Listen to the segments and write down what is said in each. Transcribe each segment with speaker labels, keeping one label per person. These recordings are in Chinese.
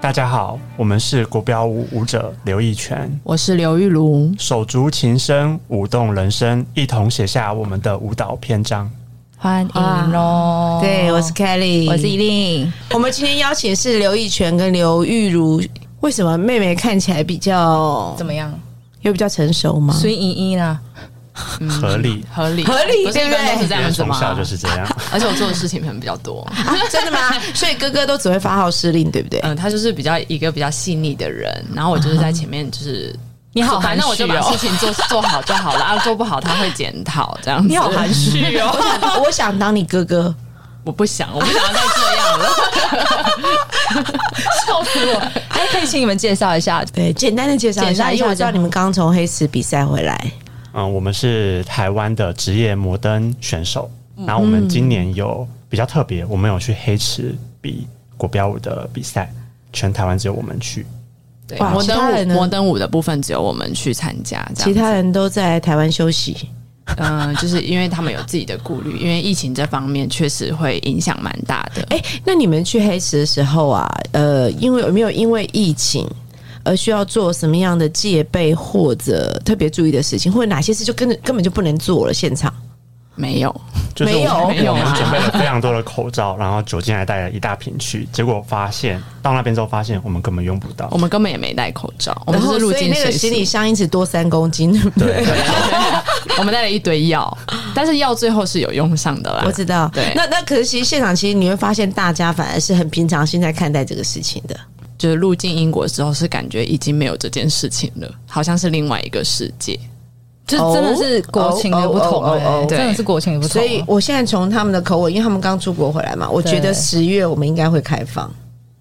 Speaker 1: 大家好，我们是国标舞舞者刘义全，
Speaker 2: 我是刘玉茹，
Speaker 1: 手足琴声舞动人生，一同写下我们的舞蹈篇章。
Speaker 3: 欢迎喽！
Speaker 4: 对，哦我是 Kelly，
Speaker 3: 我是依。令。
Speaker 4: 我们今天邀请是刘奕全跟刘玉茹。为什么妹妹看起来比较
Speaker 3: 怎么样？
Speaker 4: 又比较成熟吗？
Speaker 3: 孙依依呢？
Speaker 1: 合力，
Speaker 2: 合理
Speaker 4: 合理
Speaker 2: 不是一般都是嗯这
Speaker 1: 因为
Speaker 2: 样子
Speaker 1: 从
Speaker 2: 吗？
Speaker 1: 小就是这 样。
Speaker 2: 而且我做的事情可能比较多。
Speaker 4: 啊真的吗？ 所以哥哥都只会发号施令，对不对？
Speaker 2: 嗯，他就是比较一个比较细腻的人，然后我就是在前面就是。你
Speaker 3: 好
Speaker 2: 反正我就把
Speaker 3: 含蓄哦
Speaker 2: 事情做 做好就好了啊，做不好他会检讨这样子。
Speaker 4: 你好含
Speaker 2: 蓄哦，
Speaker 4: 我想，我想当你哥哥。
Speaker 2: 我不想，我不想要再这 样了。
Speaker 3: 笑死我！哎，可以请你们介绍一下
Speaker 4: 对，简单的介绍一
Speaker 3: 简
Speaker 4: 下，
Speaker 3: 单一下
Speaker 4: 因为我知道你们刚从黑石比赛回来。
Speaker 1: 嗯，我们是台湾的职业摩登选手，
Speaker 2: 嗯
Speaker 1: 然后我们今年有比较特别，我们有去黑池比国标舞的比赛，全台湾只有我们去。
Speaker 2: 对，
Speaker 4: 哇
Speaker 2: 摩
Speaker 4: 其他
Speaker 2: 登舞
Speaker 4: 人呢
Speaker 2: 摩登舞的部分只有我们去参加，这样子
Speaker 4: 其他人都在台湾休息。
Speaker 2: 嗯、就是因为他们有自己的顾虑，因为疫情这方面确实会影响蛮大的。
Speaker 4: 哎、那你们去黑池的时候啊，呃，因为有没有因为疫情而需要做什么样的戒备或者特别注意的事情，或者哪些事就根根本就不能做了？现场
Speaker 2: 没有，
Speaker 1: 就是
Speaker 4: 没有
Speaker 1: 我
Speaker 2: 没有
Speaker 1: 我们
Speaker 2: 啊
Speaker 1: 准备了非常多的口罩，然后酒精还带了一大瓶去，结果发现到那边之后发现我们根本用不到
Speaker 2: 我。们根本也没戴口罩，我
Speaker 4: 然
Speaker 2: 们就
Speaker 4: 后
Speaker 2: 是入
Speaker 4: 所以
Speaker 2: 境
Speaker 4: 那个
Speaker 2: 随
Speaker 4: 行李
Speaker 2: 俗。
Speaker 4: 箱一直多三公斤，对不对？
Speaker 1: 对，
Speaker 2: 我们带了一堆药，但是药最后是有用上的啦
Speaker 4: 我。知道，
Speaker 2: 对
Speaker 4: 那那可是其实现场，其实你会发现大家反而是很平常心在看待这个事情的。
Speaker 2: 就是入境英国之后，是感觉已经没有这件事情了，好像是另外一个世界。
Speaker 3: 就真的是国情的不同、
Speaker 4: 哦哦
Speaker 3: 哎，
Speaker 4: 哦哦哦
Speaker 3: 真的是国情的不同。
Speaker 4: 所以我现在从他们的口吻，因为他们刚出国回来嘛，我觉得
Speaker 3: 对
Speaker 4: 十月我们应该会开放。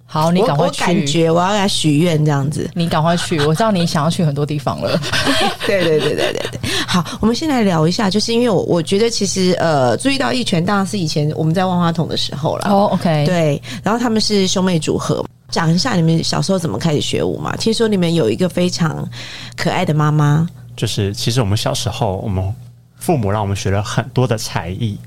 Speaker 3: 好，你
Speaker 4: 我
Speaker 3: 赶快
Speaker 4: 我
Speaker 3: 去，
Speaker 4: 感觉我要给他许愿这样子。
Speaker 3: 你赶快去，我知道你想要去很多地方了。
Speaker 4: 对对对对对对。好，我们先来聊一下，就是因为我我觉得其实呃，注意到一拳当然是以前我们在万花筒的时候了。
Speaker 3: 哦、o k
Speaker 4: 对，然后他们是兄妹组合。讲一下你们小时候怎么开始学舞嘛？听说你们有一个非常可爱的妈妈，
Speaker 1: 就是其实我们小时候，我们父母让我们学了很多的才艺，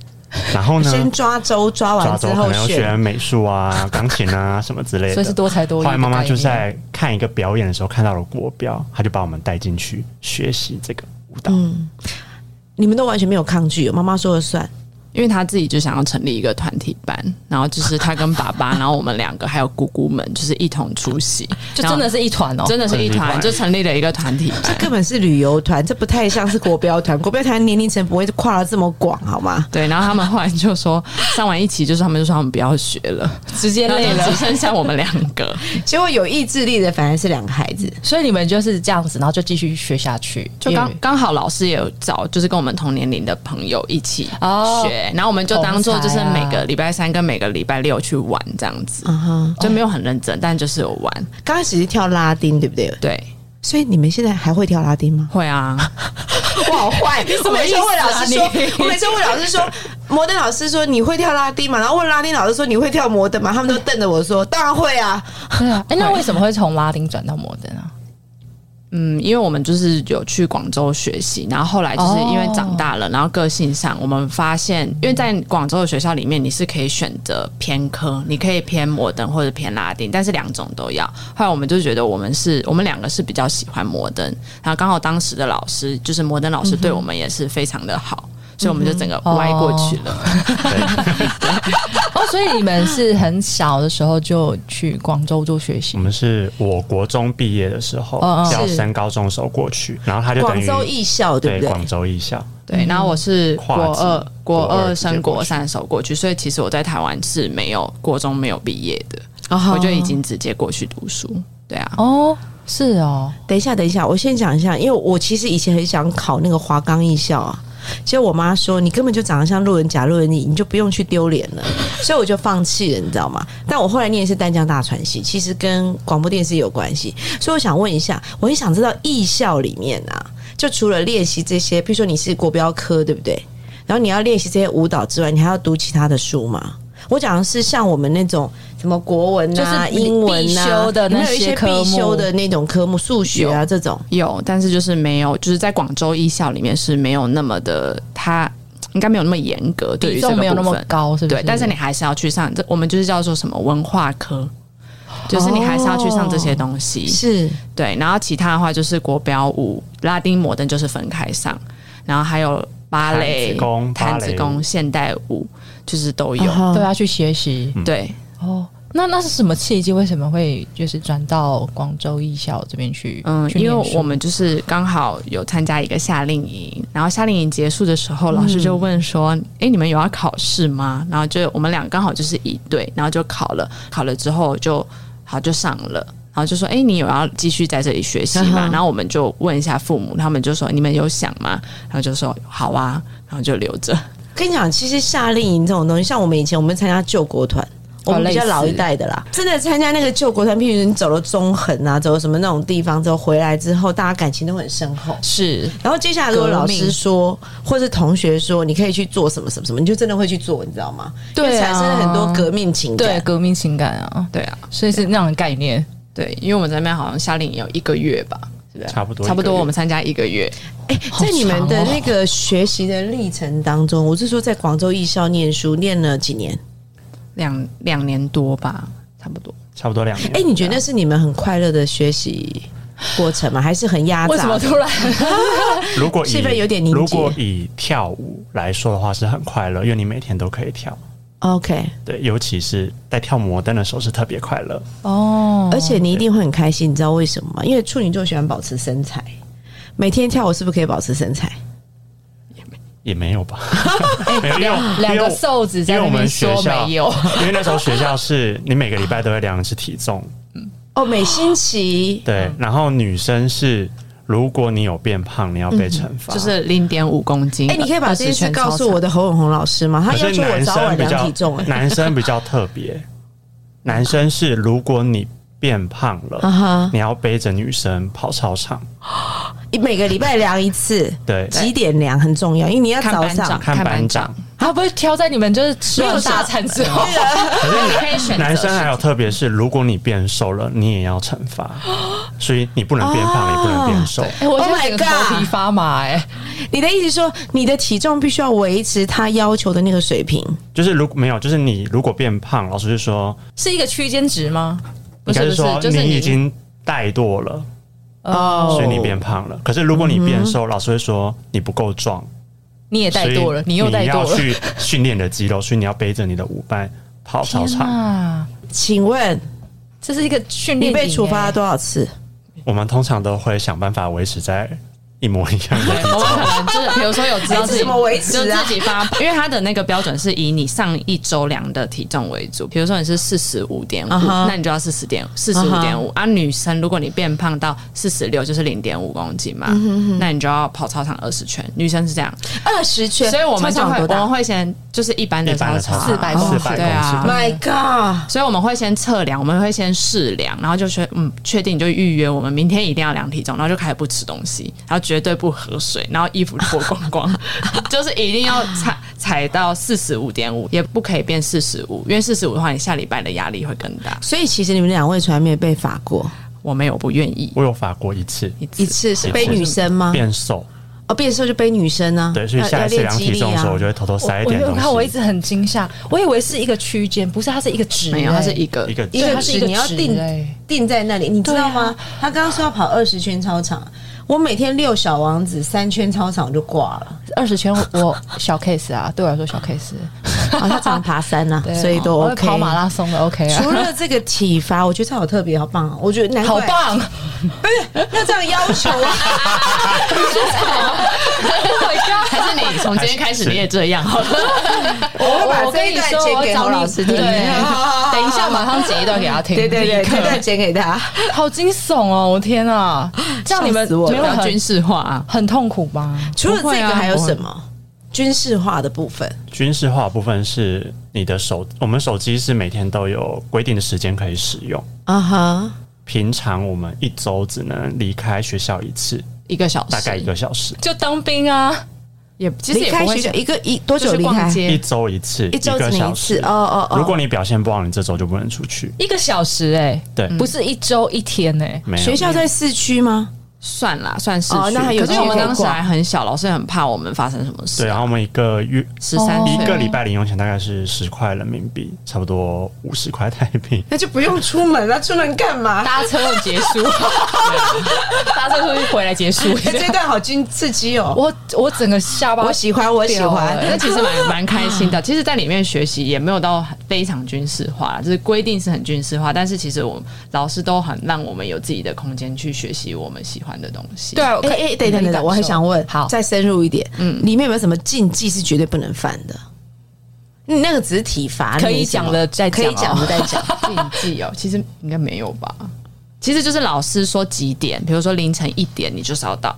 Speaker 1: 然后呢，
Speaker 4: 先抓周，抓
Speaker 1: 嗯抓
Speaker 4: 完之
Speaker 1: 周可
Speaker 4: 后
Speaker 1: 能要
Speaker 4: 选
Speaker 1: 学美术啊、钢琴啊什么之类的。
Speaker 3: 所以是多才多艺的
Speaker 1: 后
Speaker 3: 概
Speaker 1: 来
Speaker 3: 念。
Speaker 1: 妈妈就在看一个表演的时候看到了国标，她就把我们带进去学习这个舞蹈。
Speaker 4: 嗯你们都完全没有抗拒，妈妈说了算。
Speaker 2: 因为他自己就想要成立一个团体班，然后就是他跟爸 爸，然后我们两个还有姑姑们，就是一同出席，
Speaker 3: 就真的是一团哦、
Speaker 2: 真的是一团，
Speaker 1: 很愉快
Speaker 2: 就成立了一个团体班。
Speaker 4: 根本是旅游团，这不太像是国标团。国标团年龄层不会跨得这么广，好吗？
Speaker 2: 对，然后他们后来就说，上完一期就是他们就说他们不要学了，
Speaker 3: 直接
Speaker 2: 然后
Speaker 3: 累
Speaker 2: 就
Speaker 3: 了
Speaker 2: 只。剩下我们两个。
Speaker 4: 结果有意志力的反而是两个孩子。
Speaker 3: 所以你们就是这样子，然后就继续学下去。
Speaker 2: 就刚刚好老师也有找，就是跟我们同年龄的朋友一起学，
Speaker 3: 哦
Speaker 2: 然后我们就当做就是
Speaker 3: 同才啊
Speaker 2: 每个礼拜三跟每个礼拜六去玩这样子，
Speaker 4: 嗯哼，
Speaker 2: 就没有很认真，但就是有玩。
Speaker 4: 刚开始是跳拉丁，对不对？
Speaker 2: 对，
Speaker 4: 所以你们现在还会跳拉丁 吗？
Speaker 2: 会 啊，
Speaker 4: 我好坏， 我每次问老师
Speaker 2: 什么
Speaker 4: 说，
Speaker 2: 意思啊你
Speaker 4: 我每次问老师说，摩登老师说你会跳拉丁吗？然后问拉丁老师说你会跳摩登吗？他们都瞪着我说当然会啊。
Speaker 3: 对啊，哎、那为什么会从拉丁转到摩登啊？
Speaker 2: 嗯，因为我们就是有去广州学习，然后后来就是因为长大了，然后个性上，我们发现，因为在广州的学校里面，你是可以选择偏科，你可以偏摩登或者偏拉丁，但是两种都要。后来我们就觉得我们是我们两个是比较喜欢摩登，然后刚好当时的老师就是摩登老师对我们也是非常的好，所以我们就整个嗯歪过去了。
Speaker 3: 哦，所以你们是很小的时候就去广州做学习
Speaker 1: 我。们是我国中毕业的时候
Speaker 3: 哦哦，
Speaker 1: 要
Speaker 4: 嗯是
Speaker 1: 升高中的时候过去，然后她就等
Speaker 4: 广
Speaker 1: 于
Speaker 4: 州艺校对
Speaker 1: 对
Speaker 4: 不对？
Speaker 1: 广州艺校，
Speaker 2: 对，然后我是国
Speaker 1: 跨级
Speaker 2: 二，国
Speaker 1: 国二
Speaker 2: 二
Speaker 1: 直接
Speaker 2: 升
Speaker 1: 过
Speaker 2: 国
Speaker 1: 去
Speaker 2: 三手过去，所以其实我在台湾是没有国中没有毕业的。
Speaker 4: 哦
Speaker 2: 我就已经直接过去读书。对啊，
Speaker 3: 哦，是哦，
Speaker 4: 等一下，等一下，我先讲一下，因为我其实以前很想考那个华冈艺校啊，其实我妈说你根本就长得像路人甲、路人乙，你就不用去丢脸了。 所以我就放弃了，你知道吗？但我后来念的是丹江大传系，其实跟广播电视有关系。所以我想问一下，我很想知道艺校里面啊，就除了练习这些，譬如说你是国标科，对不对？然后你要练习这些舞蹈之外，你还要读其他的书吗？我讲的是像我们那种什么国文啊、
Speaker 3: 就是
Speaker 4: 英文啊，
Speaker 3: 必修的
Speaker 4: 有没
Speaker 3: 那
Speaker 4: 有一
Speaker 3: 些
Speaker 4: 些
Speaker 3: 科目
Speaker 4: 必修的那种科目，数学啊这种。
Speaker 2: 有，但是就是没有，就是在广州艺校里面是没有那么的，它应该没有那么严格，对于
Speaker 3: 比
Speaker 2: 这
Speaker 3: 重
Speaker 2: 个
Speaker 3: 没有那
Speaker 2: 部
Speaker 3: 么嗯
Speaker 2: 分
Speaker 3: 高，是不是？
Speaker 2: 对，但是你还是要去上，这我们就是叫做什么文化科，就是你还是要去上这些东西。
Speaker 4: 是
Speaker 2: 对，然后其他的话就是国标舞、拉丁摩登就是分开上，然后还有芭
Speaker 1: 弹
Speaker 2: 蕾、
Speaker 1: 子功
Speaker 2: 弹
Speaker 1: 芭
Speaker 2: 子
Speaker 1: 蕾舞
Speaker 2: 功、现代舞，就是都有。
Speaker 3: 都要去学习。
Speaker 2: 对，
Speaker 3: 哦，那那是什么契机？为什么会就是转到广州艺校这边去？
Speaker 2: 嗯，
Speaker 3: 去
Speaker 2: 因
Speaker 3: 念
Speaker 2: 为
Speaker 3: 书
Speaker 2: 我们就是刚好有参加一个夏令营，然后夏令营结束的时候，老师就问说：“诶，你们有要考试吗？”然后就我们俩刚好就是一对，然后就考了，考了之后就好就上了。然后就说：“诶，哎你有要继续在这里学习吗？”
Speaker 4: 嗯哼
Speaker 2: 然后我们就问一下父母，他们就说：“你们有想吗？”然后就说：“好啊。”然后就留着。
Speaker 4: 跟你讲，其实夏令营这种东西，像我们以前我们参加救国
Speaker 3: 哦
Speaker 4: 团。我们比较老一代的啦，真的参加那个救国团，譬如你走了中横啊，走了什么那种地方之后回来之后，大家感情都很深厚。
Speaker 2: 是
Speaker 4: 然后接下来如果
Speaker 3: 革
Speaker 4: 老
Speaker 3: 命
Speaker 4: 师说，或是同学说，你可以去做什么什么什么，你就真的会去做，你知道吗？
Speaker 3: 对啊
Speaker 4: 因为产生了很多革命情
Speaker 3: 对
Speaker 4: 感。
Speaker 3: 革命情感啊，
Speaker 2: 对啊，
Speaker 3: 所以是那样的概念。
Speaker 2: 对，因为我们在那边好像夏令营有一个月吧，是不是？
Speaker 1: 差不多
Speaker 2: 差不
Speaker 1: 一个
Speaker 2: 多，
Speaker 1: 月
Speaker 2: 我们参加一个月。
Speaker 4: 哎、
Speaker 3: 好
Speaker 4: 在你们的
Speaker 3: 长哦
Speaker 4: 那个学习的历程当中，我是说在广州艺校念书念了几年？
Speaker 2: 两两年多吧，差不多。
Speaker 1: 差不多两年。
Speaker 4: 哎、你
Speaker 3: 啊
Speaker 4: 觉得那是你们很快乐的学习过程吗？还是很压榨？
Speaker 3: 为什么突然？
Speaker 1: 如果以
Speaker 4: 气氛有点凝结
Speaker 1: 如果以跳舞来说的话，是很快乐，因为你每天都可以跳。
Speaker 4: OK，
Speaker 1: 对，尤其是在跳摩登的时候是特别快乐。
Speaker 3: 哦，
Speaker 4: 而且你一定会很开心，你知道为什么吗？因为处女座喜欢保持身材，每天跳舞是不是可以保持身材？
Speaker 1: 也没有吧， 没有因为我
Speaker 3: 两
Speaker 1: 因为我
Speaker 3: 个瘦子
Speaker 1: 因
Speaker 3: 在
Speaker 1: 为我
Speaker 3: 那
Speaker 1: 们
Speaker 3: 边
Speaker 1: 学
Speaker 3: 说
Speaker 1: 校
Speaker 3: 没有，
Speaker 1: 因为那时候学校是你每个礼拜都会量一次体重，
Speaker 4: 哦，每星期
Speaker 1: 对，然后女生是如果你有变胖，你要被惩罚，
Speaker 2: 嗯就是零点五公斤。
Speaker 4: 哎、你可以把这件事告诉我
Speaker 2: 的。
Speaker 4: 的侯永红老师吗？他
Speaker 1: 可
Speaker 4: 要
Speaker 1: 是
Speaker 4: 求我
Speaker 1: 男
Speaker 4: 早晚
Speaker 1: 生比
Speaker 4: 量
Speaker 1: 较
Speaker 4: 体重、哎，
Speaker 1: 男生比较特别，男生是如果你变胖
Speaker 4: 啊
Speaker 1: 了，
Speaker 4: 哈，
Speaker 1: 你要背着女生跑操场，
Speaker 4: 你每个礼拜量一次，
Speaker 1: 对，
Speaker 4: 几点量很重要，因为你要
Speaker 2: 看
Speaker 4: 早
Speaker 2: 班
Speaker 4: 上
Speaker 2: 长，。
Speaker 1: 看班长。
Speaker 3: 他不会挑在你们就是吃
Speaker 4: 没
Speaker 3: 完
Speaker 4: 有
Speaker 3: 大餐之后，
Speaker 1: 可是
Speaker 2: 可以选择
Speaker 1: 男生还有特别是，如果你变瘦了，你也要惩罚， 所以你不能变胖，也不能变瘦。
Speaker 3: 哎，我现
Speaker 4: Oh my
Speaker 3: 在整个头皮发麻哎。
Speaker 4: 你的意思说，你的体重必须要维持他要求的那个水平？
Speaker 1: 就是如没有，就是你如果变胖，老师就说，
Speaker 3: 是一个区间值吗？不
Speaker 1: 应
Speaker 3: 是
Speaker 1: 该
Speaker 3: 不是
Speaker 1: 说，
Speaker 3: 就是
Speaker 1: 已经怠惰了，
Speaker 4: 嗯
Speaker 3: 哦，
Speaker 1: 所以你变胖了。可是如果你变瘦，老师会说你不够壮，
Speaker 3: 你也
Speaker 1: 所
Speaker 3: 怠
Speaker 1: 以
Speaker 3: 惰了，你又怠
Speaker 1: 要
Speaker 3: 惰了。
Speaker 1: 去训练你的肌肉，所以你要背着你的舞伴跑操场。
Speaker 3: 啊，
Speaker 4: 请问
Speaker 3: 这是一个训练
Speaker 4: 你
Speaker 3: 营哎。
Speaker 4: 被处罚了多少次？
Speaker 1: 我们通常都会想办法维持在一模一样 的。
Speaker 2: 我们可能就是，比如说有知道自
Speaker 4: 哎这
Speaker 2: 己
Speaker 4: 怎么维持
Speaker 2: 就
Speaker 4: 啊
Speaker 2: 自己发，因为他的那个标准是以你上一周量的体重为主。比如说你是四十五点五，
Speaker 4: 啊哈
Speaker 2: 那你就要四十点四十五
Speaker 4: 嗯
Speaker 2: 点五啊。女生如果你变胖到四十六，就是零点五公斤
Speaker 4: 嗯
Speaker 2: 嘛，那你就要跑操场二十圈。女生是这样，
Speaker 4: 二十圈，
Speaker 2: 所以我们就
Speaker 4: 操场
Speaker 2: 会
Speaker 4: 有
Speaker 2: 我
Speaker 4: 多大
Speaker 2: 们会先就是一般的
Speaker 1: 一般的
Speaker 2: 场，
Speaker 1: 操场400公
Speaker 2: 哦
Speaker 1: 尺
Speaker 2: 对啊，
Speaker 4: ？My God！
Speaker 2: 所以我们会先测量，我们会先试量，然后就确嗯确定就预约，我们明天一定要量体重，然后就开始不吃东西，然后绝对不喝水，然后衣服脱光光， 就是一定要踩踩到四十五点五，也不可以变四十五，因为四十五的话，你下礼拜的压力会更大。
Speaker 4: 所以其实你们两位从来没有被罚过
Speaker 2: 我没有不愿意
Speaker 1: 我有罚过一次，
Speaker 4: 一次，是背
Speaker 1: 一次
Speaker 4: 女生吗？
Speaker 1: 变瘦，
Speaker 4: 哦，变瘦就背女生啊。
Speaker 1: 对，所以
Speaker 4: 要
Speaker 1: 下一次
Speaker 4: 要
Speaker 1: 量
Speaker 4: 练肌
Speaker 1: 体
Speaker 4: 力
Speaker 1: 重的时候，
Speaker 4: 啊
Speaker 1: 我就会偷偷
Speaker 3: 我
Speaker 1: 塞一
Speaker 3: 我没
Speaker 1: 点
Speaker 3: 有
Speaker 1: 东
Speaker 3: 看，我一
Speaker 1: 西。
Speaker 3: 直很惊吓，我以为是一个区间，不是，它是一个值哎，
Speaker 2: 没有，它是一个
Speaker 1: 一个
Speaker 4: 一
Speaker 3: 对
Speaker 4: 个
Speaker 3: 它是一
Speaker 4: 值
Speaker 3: 个
Speaker 4: 你要
Speaker 3: 值
Speaker 4: 定
Speaker 3: 哎
Speaker 4: 定在那里，你知道吗？
Speaker 3: 对
Speaker 4: 他刚刚说要跑二十圈操场，我每天遛小王子三圈操场我就挂 了。
Speaker 3: 二十圈我，我小 case 啊，对我来说小 case，
Speaker 4: 啊，他常爬山呐、
Speaker 3: 对
Speaker 4: 所以都
Speaker 3: 我会
Speaker 4: OK。
Speaker 3: 跑马拉松的 OK 啊
Speaker 4: 除，了这个体罚，我觉得他好特别，好棒、啊！我觉得难
Speaker 3: 好
Speaker 4: 怪，
Speaker 3: 棒，
Speaker 4: 要这样要求啊！
Speaker 2: 还是你从今天开始你也这样好了。
Speaker 4: 我会
Speaker 3: 我
Speaker 4: 把这
Speaker 3: 跟
Speaker 4: 一
Speaker 3: 你
Speaker 4: 段
Speaker 3: 说，
Speaker 4: 剪
Speaker 3: 我
Speaker 4: 给
Speaker 3: 找
Speaker 4: 侯
Speaker 3: 你
Speaker 4: 老师听。
Speaker 3: 对，等一下马上剪一段给他听，
Speaker 4: 对对对，
Speaker 3: 立
Speaker 4: 这
Speaker 3: 刻
Speaker 4: 段剪给他。
Speaker 3: 好惊悚哦，我天啊，这样你们
Speaker 4: 吓死我了
Speaker 3: 没有
Speaker 2: 不要军
Speaker 3: 很
Speaker 2: 事化、啊。
Speaker 3: 很痛苦吗？
Speaker 4: 除了这
Speaker 2: 不会
Speaker 4: 个
Speaker 2: 啊
Speaker 4: 还有什么？军事化的部分，
Speaker 1: 军事化的部分是你的手，我们手机是每天都有规定的时间可以使用。
Speaker 4: 啊哈，
Speaker 1: 平常我们一周只能离开学校一次，
Speaker 2: 一个小时，
Speaker 1: 大概一个小时，
Speaker 2: 就当兵啊，也其实
Speaker 4: 离
Speaker 2: 也不
Speaker 4: 开
Speaker 2: 会
Speaker 4: 学校一个一多
Speaker 2: 就
Speaker 4: 久
Speaker 2: 是
Speaker 4: 离
Speaker 2: 逛
Speaker 4: 开？
Speaker 1: 一
Speaker 2: 街
Speaker 1: 周一次，
Speaker 4: 嗯一周
Speaker 1: 个
Speaker 4: 只能
Speaker 1: 小
Speaker 4: 一次
Speaker 1: 时。
Speaker 4: 哦哦哦。
Speaker 1: 如果你表现不好，你这周就不能出去。
Speaker 3: 一个小时哎、
Speaker 1: 对，
Speaker 3: 不是一周一天哎、
Speaker 1: 没
Speaker 4: 嗯
Speaker 1: 有
Speaker 4: 学校在市区吗？
Speaker 2: 算啦，算是
Speaker 4: 哦那还有
Speaker 2: 可是我
Speaker 4: 机
Speaker 2: 们
Speaker 4: 会
Speaker 2: 当时
Speaker 4: 逛
Speaker 2: 还很小，老师也很怕我们发生什么事。
Speaker 1: 对，然后我们一个月
Speaker 2: 十三
Speaker 3: 哦
Speaker 2: 岁
Speaker 1: 一个礼拜零用钱大概是十块人民币，差不多五十块台币。
Speaker 4: 那就不用出门了，出门干嘛？
Speaker 3: 搭车就结 束，搭车出去回来结束。
Speaker 4: 哎这段好经刺激哦！
Speaker 3: 我我整个下巴
Speaker 4: 我喜欢，我喜
Speaker 3: 掉了
Speaker 4: 欢。
Speaker 2: 那其实蛮蛮开心的。其实，在里面学习也没有到非常军事化，就是规定是很军事化，但是其实我们老师都很让我们有自己的空间去学习我们喜欢的东西。
Speaker 3: 对，啊，
Speaker 4: 哎哎、等等等等，我很想问，
Speaker 3: 好
Speaker 4: 再深入一点，嗯，里面有没有什么禁忌是绝对不能犯的？你那个只是体罚，
Speaker 3: 可以
Speaker 4: 你没什么
Speaker 3: 讲的再
Speaker 4: 可
Speaker 3: 讲
Speaker 2: 啊
Speaker 4: 以
Speaker 3: 哦
Speaker 4: 讲的再 讲。
Speaker 2: 禁忌哦，其实应该没有吧。其实就是老师说几点，比如说凌晨一点，你就是要到，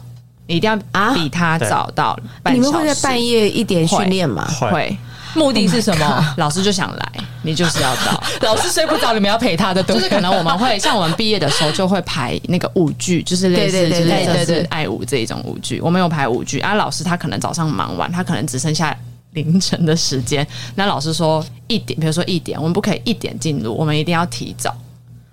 Speaker 2: 你一定
Speaker 4: 啊
Speaker 2: 要比他早到半
Speaker 4: 你
Speaker 2: 小时。
Speaker 4: 们会在半夜一点训练吗？
Speaker 1: 会，
Speaker 2: 会，
Speaker 3: 目的是什么？
Speaker 2: 老师就想来，你就是要到。
Speaker 3: Oh 老师睡不着，你们要陪他的，对不
Speaker 2: 就是
Speaker 3: 对？
Speaker 2: 可能我们会像我们毕业的时候就会排那个舞剧，就是
Speaker 4: 对
Speaker 2: 类似
Speaker 4: 对
Speaker 2: 就
Speaker 4: 对
Speaker 2: 是
Speaker 4: 对对
Speaker 2: 这
Speaker 4: 对
Speaker 2: 是爱舞这一种舞剧，我们有排舞剧啊。老师他可能早上忙完，他可能只剩下凌晨的时间，那老师说一点，比如说一点，我们不可以一点进入，我们一定要提早。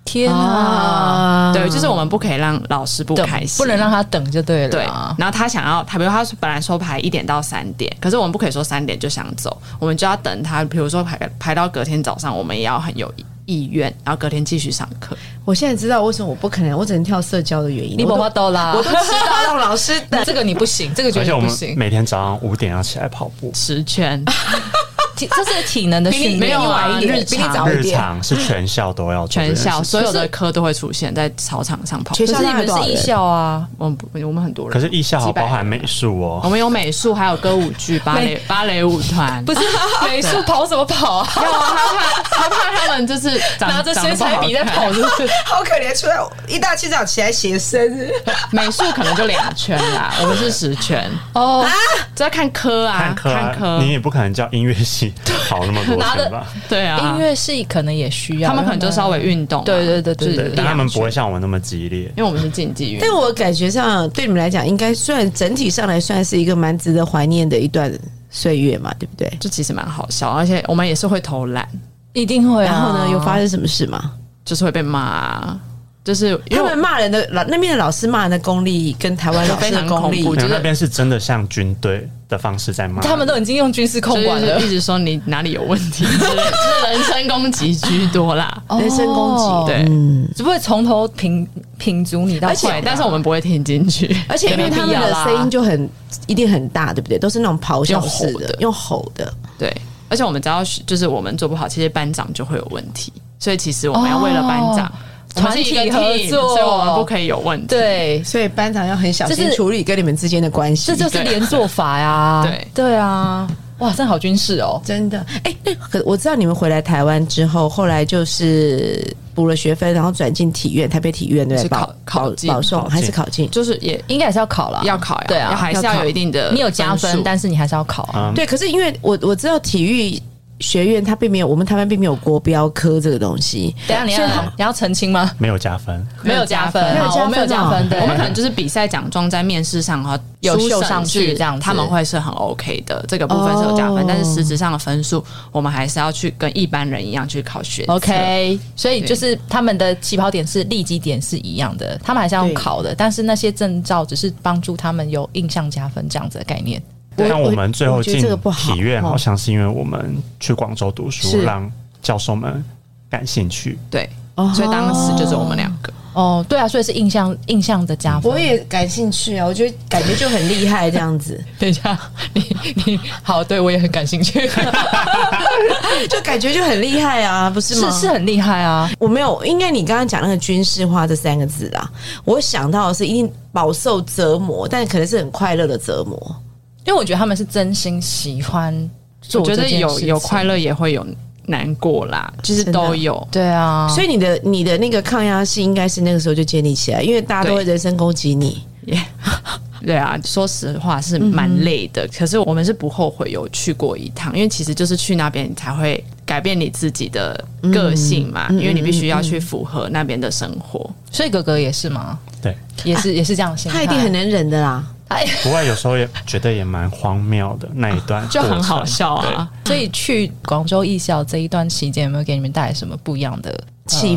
Speaker 3: 天啊，
Speaker 4: 啊，
Speaker 2: 对，就是我们不可以让老师不
Speaker 3: 等
Speaker 2: 开心，
Speaker 3: 不能让他等就对
Speaker 2: 对
Speaker 3: 了啊。，
Speaker 2: 然后他想要，他比如他本来说排一点到三点，可是我们不可以说三点就想走，我们就要等他，比如说排排到隔天早上，我们也要很有意愿，然后隔天继续上 课。
Speaker 4: 我现在知道为什么我不可能，我只能跳社交的原因。
Speaker 3: 你
Speaker 4: 我
Speaker 3: 不
Speaker 4: 都
Speaker 3: 花兜啦。
Speaker 4: 我，都知道让老师 等
Speaker 3: 这个你不行，这个绝
Speaker 1: 而且
Speaker 3: 对
Speaker 1: 我
Speaker 3: 不
Speaker 1: 们
Speaker 3: 行。
Speaker 1: 每天早上五点要起来跑步，
Speaker 2: 十圈，
Speaker 3: 体这是体能的
Speaker 2: 比你
Speaker 3: 训
Speaker 2: 没
Speaker 3: 练
Speaker 2: 有
Speaker 3: 啊，
Speaker 2: 啊
Speaker 4: 晚一点
Speaker 2: 日
Speaker 4: 比你
Speaker 2: 常
Speaker 4: 早一
Speaker 1: 日
Speaker 4: 点。
Speaker 1: 常是全校都要做这
Speaker 2: 全
Speaker 1: 件事情。
Speaker 2: 校所有的科都会出现在操场上跑。
Speaker 4: 学
Speaker 3: 可
Speaker 4: 校
Speaker 3: 是你
Speaker 4: 大概
Speaker 3: 们
Speaker 4: 多少
Speaker 3: 是艺
Speaker 4: 人？
Speaker 3: 校啊，
Speaker 2: 我们不我们很多人，
Speaker 1: 可是艺校好
Speaker 2: 几百
Speaker 1: 包
Speaker 2: 人
Speaker 1: 含美术
Speaker 2: 我
Speaker 1: 哦，
Speaker 2: 们有美术，还有歌舞剧、芭 蕾芭蕾舞团。
Speaker 3: 不是美术跑什么跑啊？
Speaker 2: 没有啊，他怕他怕他们 就是长
Speaker 3: 拿着水彩笔在。
Speaker 2: 长得
Speaker 3: 跑，
Speaker 2: 不好看
Speaker 3: 是不是？
Speaker 4: 好可怜，出来一大清早起来写生日，
Speaker 2: 美术可能就两圈啦，我们是十圈，
Speaker 3: 哦，
Speaker 2: 这要看科啊，
Speaker 1: 看课啊，你也不可能叫音乐系跑那么多
Speaker 3: 拿
Speaker 1: 天
Speaker 3: 着
Speaker 1: 吧？
Speaker 2: 对啊，
Speaker 3: 音乐系可能也需要，
Speaker 2: 他们可能就稍微运动啊，
Speaker 3: 对对对对
Speaker 2: 就是
Speaker 1: 对，但他们不会像我们那么激烈。
Speaker 2: 因为我们是竞技运
Speaker 4: 但
Speaker 2: 动。
Speaker 4: 哎我感觉上对你们来讲，应该算整体上来算是一个蛮值得怀念的一段岁月嘛，对不对？
Speaker 2: 就其实蛮好笑，而且我们也是会偷懒，
Speaker 3: 一定会啊。
Speaker 4: 然后呢，有发生什么事吗？
Speaker 2: 就是会被骂啊，就是因
Speaker 4: 他
Speaker 2: 为
Speaker 4: 们骂人的老那边的老师骂人的功力跟台湾老师的功力
Speaker 2: 非常恐怖我
Speaker 1: 没
Speaker 2: 觉
Speaker 1: 有
Speaker 2: 得
Speaker 1: 那边是真的像军队的方式在骂，
Speaker 3: 他们都已经用军事控管
Speaker 2: 就
Speaker 3: 了
Speaker 2: 是，一直说你哪里有问题 之类的，就是人身攻击居多啦。
Speaker 4: 人身攻击，
Speaker 2: 对
Speaker 4: 嗯，
Speaker 3: 哦只不会从头品品足你到
Speaker 4: 而且
Speaker 3: 坏
Speaker 2: 对，
Speaker 3: 的
Speaker 2: 但是我们不会听进去，
Speaker 4: 而且因为他们的声音就很一定很大，对不对？都是那种咆哮式
Speaker 2: 用吼
Speaker 4: 的
Speaker 2: 的，
Speaker 4: 用吼的。
Speaker 2: 对，而且我们只要就是我们做不好，其实班长就会有问题，所以其实我们要为了班长
Speaker 3: 哦，
Speaker 2: 我们是一个
Speaker 3: 团体
Speaker 2: team，
Speaker 3: 合作
Speaker 2: 所以我们不可以有问题。
Speaker 3: 对，
Speaker 4: 所以班长要很小
Speaker 3: 这
Speaker 4: 心
Speaker 3: 是
Speaker 4: 处理跟你们之间的关系
Speaker 3: 这。就是连坐法呀。
Speaker 2: 对
Speaker 3: 对啊，哇，真的好军事哦。
Speaker 4: 真的，哎、那可我知道你们回来台湾之后，后来就是补了学分，然后转进体院，台北体院对不对
Speaker 2: 是考
Speaker 4: 保
Speaker 2: 考
Speaker 4: 保
Speaker 2: 进
Speaker 4: 保送
Speaker 1: 考进
Speaker 4: 还是考进？
Speaker 2: 就是也
Speaker 3: 应该也是要考啦，
Speaker 2: 要考呀，
Speaker 3: 对啊，
Speaker 2: 还是
Speaker 3: 要
Speaker 2: 要
Speaker 3: 考
Speaker 2: 有一定的，
Speaker 3: 你有加分，但是你还是要考啊。
Speaker 1: 嗯，
Speaker 4: 对，可是因为我我知道体育学院它并没有，我们台湾并没有国标科这个东西，
Speaker 3: 等一下你
Speaker 4: 所以
Speaker 3: 要你要澄清吗？
Speaker 1: 没有加分。
Speaker 2: 没有加分
Speaker 3: 没有
Speaker 4: 没有加分
Speaker 3: 好我没有加分，
Speaker 4: 哦
Speaker 3: 对
Speaker 2: 我们可能就是比赛奖状在面试上哈
Speaker 3: 有秀上去这样子
Speaker 2: 他们会是很 OK 的，这个部分是有加分，
Speaker 4: 哦
Speaker 2: 但是实质上的分数，我们还是要去跟一般人一样去考学测
Speaker 3: OK，所以
Speaker 2: 对
Speaker 3: 就是他们的起跑点是立基点是一样的，他们还是要
Speaker 4: 对
Speaker 3: 考的，但是那些证照只是帮助他们有印象加分这样子的概念。
Speaker 1: 但我们最后
Speaker 4: 我觉得
Speaker 1: 进
Speaker 4: 这个不好
Speaker 1: 体院，
Speaker 4: 哦
Speaker 1: 好像是因为我们去广州读书，
Speaker 4: 是
Speaker 1: 让教授们感兴趣。
Speaker 2: 对，
Speaker 4: 哦
Speaker 2: 所以当时就是我们两个。
Speaker 3: 哦，对啊，所以是印象印象的加分。
Speaker 4: 我也感兴趣啊，我觉得感觉就很厉害这样子，
Speaker 3: 等一下，你你好，对我也很感兴趣，
Speaker 4: 就感觉就很厉害啊，不是
Speaker 3: 是
Speaker 4: 吗？
Speaker 3: 是很厉害啊。
Speaker 4: 我没有，应该你刚刚讲那个军事化这三个字啊，我想到的是一定饱受折磨，但可能是很快乐的折磨。
Speaker 3: 因为我觉得他们是真心喜欢做
Speaker 2: 我觉
Speaker 3: 这
Speaker 2: 得
Speaker 3: 件事情，
Speaker 2: 有有快乐也会有难过啦，就是都有。
Speaker 3: 对
Speaker 5: 哦
Speaker 3: 啊，
Speaker 4: 所以你的你的那个抗压性应该是那个时候就建立起来，因为大家都会
Speaker 2: 对
Speaker 4: 人身攻击你，
Speaker 2: 也对啊，说实话是蛮累的，可是我们是不后悔有去过一趟，因为其实就是去那边你才会改变你自己的个性嘛，
Speaker 3: 嗯
Speaker 2: 因为你必须要去符合那边的生活。
Speaker 5: 所以哥哥也是吗？
Speaker 1: 对，
Speaker 5: 也是、也是这样的心态，
Speaker 4: 他一定很能忍的啦。
Speaker 5: 哎
Speaker 1: 国外有时候也觉得也蛮荒谬的那一段，
Speaker 2: 就很好。笑啊！
Speaker 5: 所以去广州艺校这一段期间，有没有给你们带来什么不一样的
Speaker 4: 启？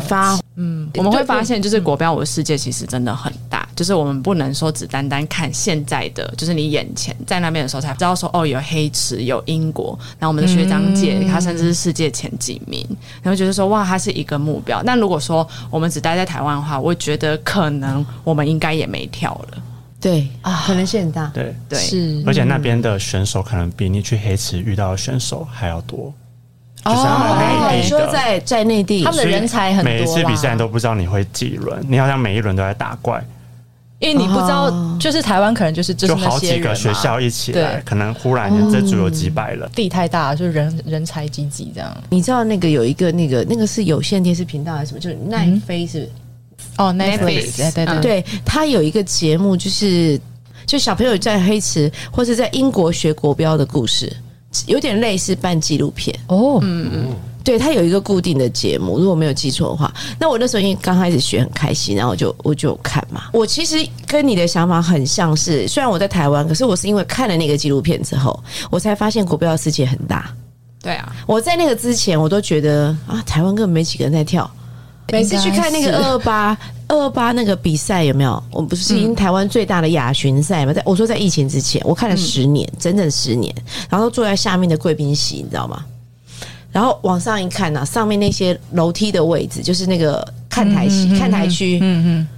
Speaker 5: 呃
Speaker 4: 发
Speaker 5: 嗯，
Speaker 2: 我们会发现，就是国标舞的世界其实真的很大，就是我们不能说只单单看现在的，就是你眼前在那边的时候才知道说，哦，有黑池，有英国，然后我们的学长姐、她甚至是世界前几名，然后觉得说，哇，它是一个目标。但如果说我们只待在台湾的话，我觉得可能我们应该也没跳了。
Speaker 4: 对
Speaker 5: 啊
Speaker 4: 可能性很大。
Speaker 1: 对，
Speaker 2: 对，
Speaker 5: 是
Speaker 1: 而且那边的选手可能比你去黑池遇到的选手还要多，就是他们
Speaker 5: 哦
Speaker 1: 内
Speaker 4: 你
Speaker 1: 地
Speaker 4: 说
Speaker 1: 的。
Speaker 4: 在在内地
Speaker 5: 他，们的人才很多啦
Speaker 1: 每一次比赛你都不知道你会几轮，你好像每一轮都在打怪，
Speaker 5: 因为你不知道
Speaker 4: 哦，
Speaker 5: 就是台湾可能就是就是
Speaker 1: 就
Speaker 5: 那
Speaker 1: 好
Speaker 5: 些
Speaker 1: 几
Speaker 5: 人嘛
Speaker 1: 个学校一起来，
Speaker 5: 对哦
Speaker 1: 可能忽然间这组有几百人。
Speaker 5: 地太大，就是人人才济济这样。
Speaker 4: 你知道那个有一个那个那个是有线电视频道还是什么？就是奈飞是不是？
Speaker 5: 哦
Speaker 2: Netflix，
Speaker 5: ，Netflix，哎对对
Speaker 2: 嗯
Speaker 5: 对，
Speaker 4: 对，他有一个节目就是。就小朋友在黑池或是在英国学国标的故事，有点类似办纪录片。嗯
Speaker 5: 哦，
Speaker 4: 对他有一个固定的节目，如果没有记错的话，那我那时候因为刚开始学很开心，然后我就我就有看嘛。我其实跟你的想法很像是，虽然我在台湾，可是我是因为看了那个纪录片之后，我才发现国标的世界很大。
Speaker 2: 对啊，
Speaker 4: 我在那个之前，我都觉得啊，台湾根本没几个人在跳。每次去看那个二二八二二八那个比赛有没有？我们不是因台湾最大的亚巡赛吗？在我说在疫情之前，我看了十年，整整十年，然后都坐在下面的贵宾席，你知道吗？然后往上一看呢、上面那些楼梯的位置，就是那个看台席、看台区，
Speaker 5: 嗯嗯，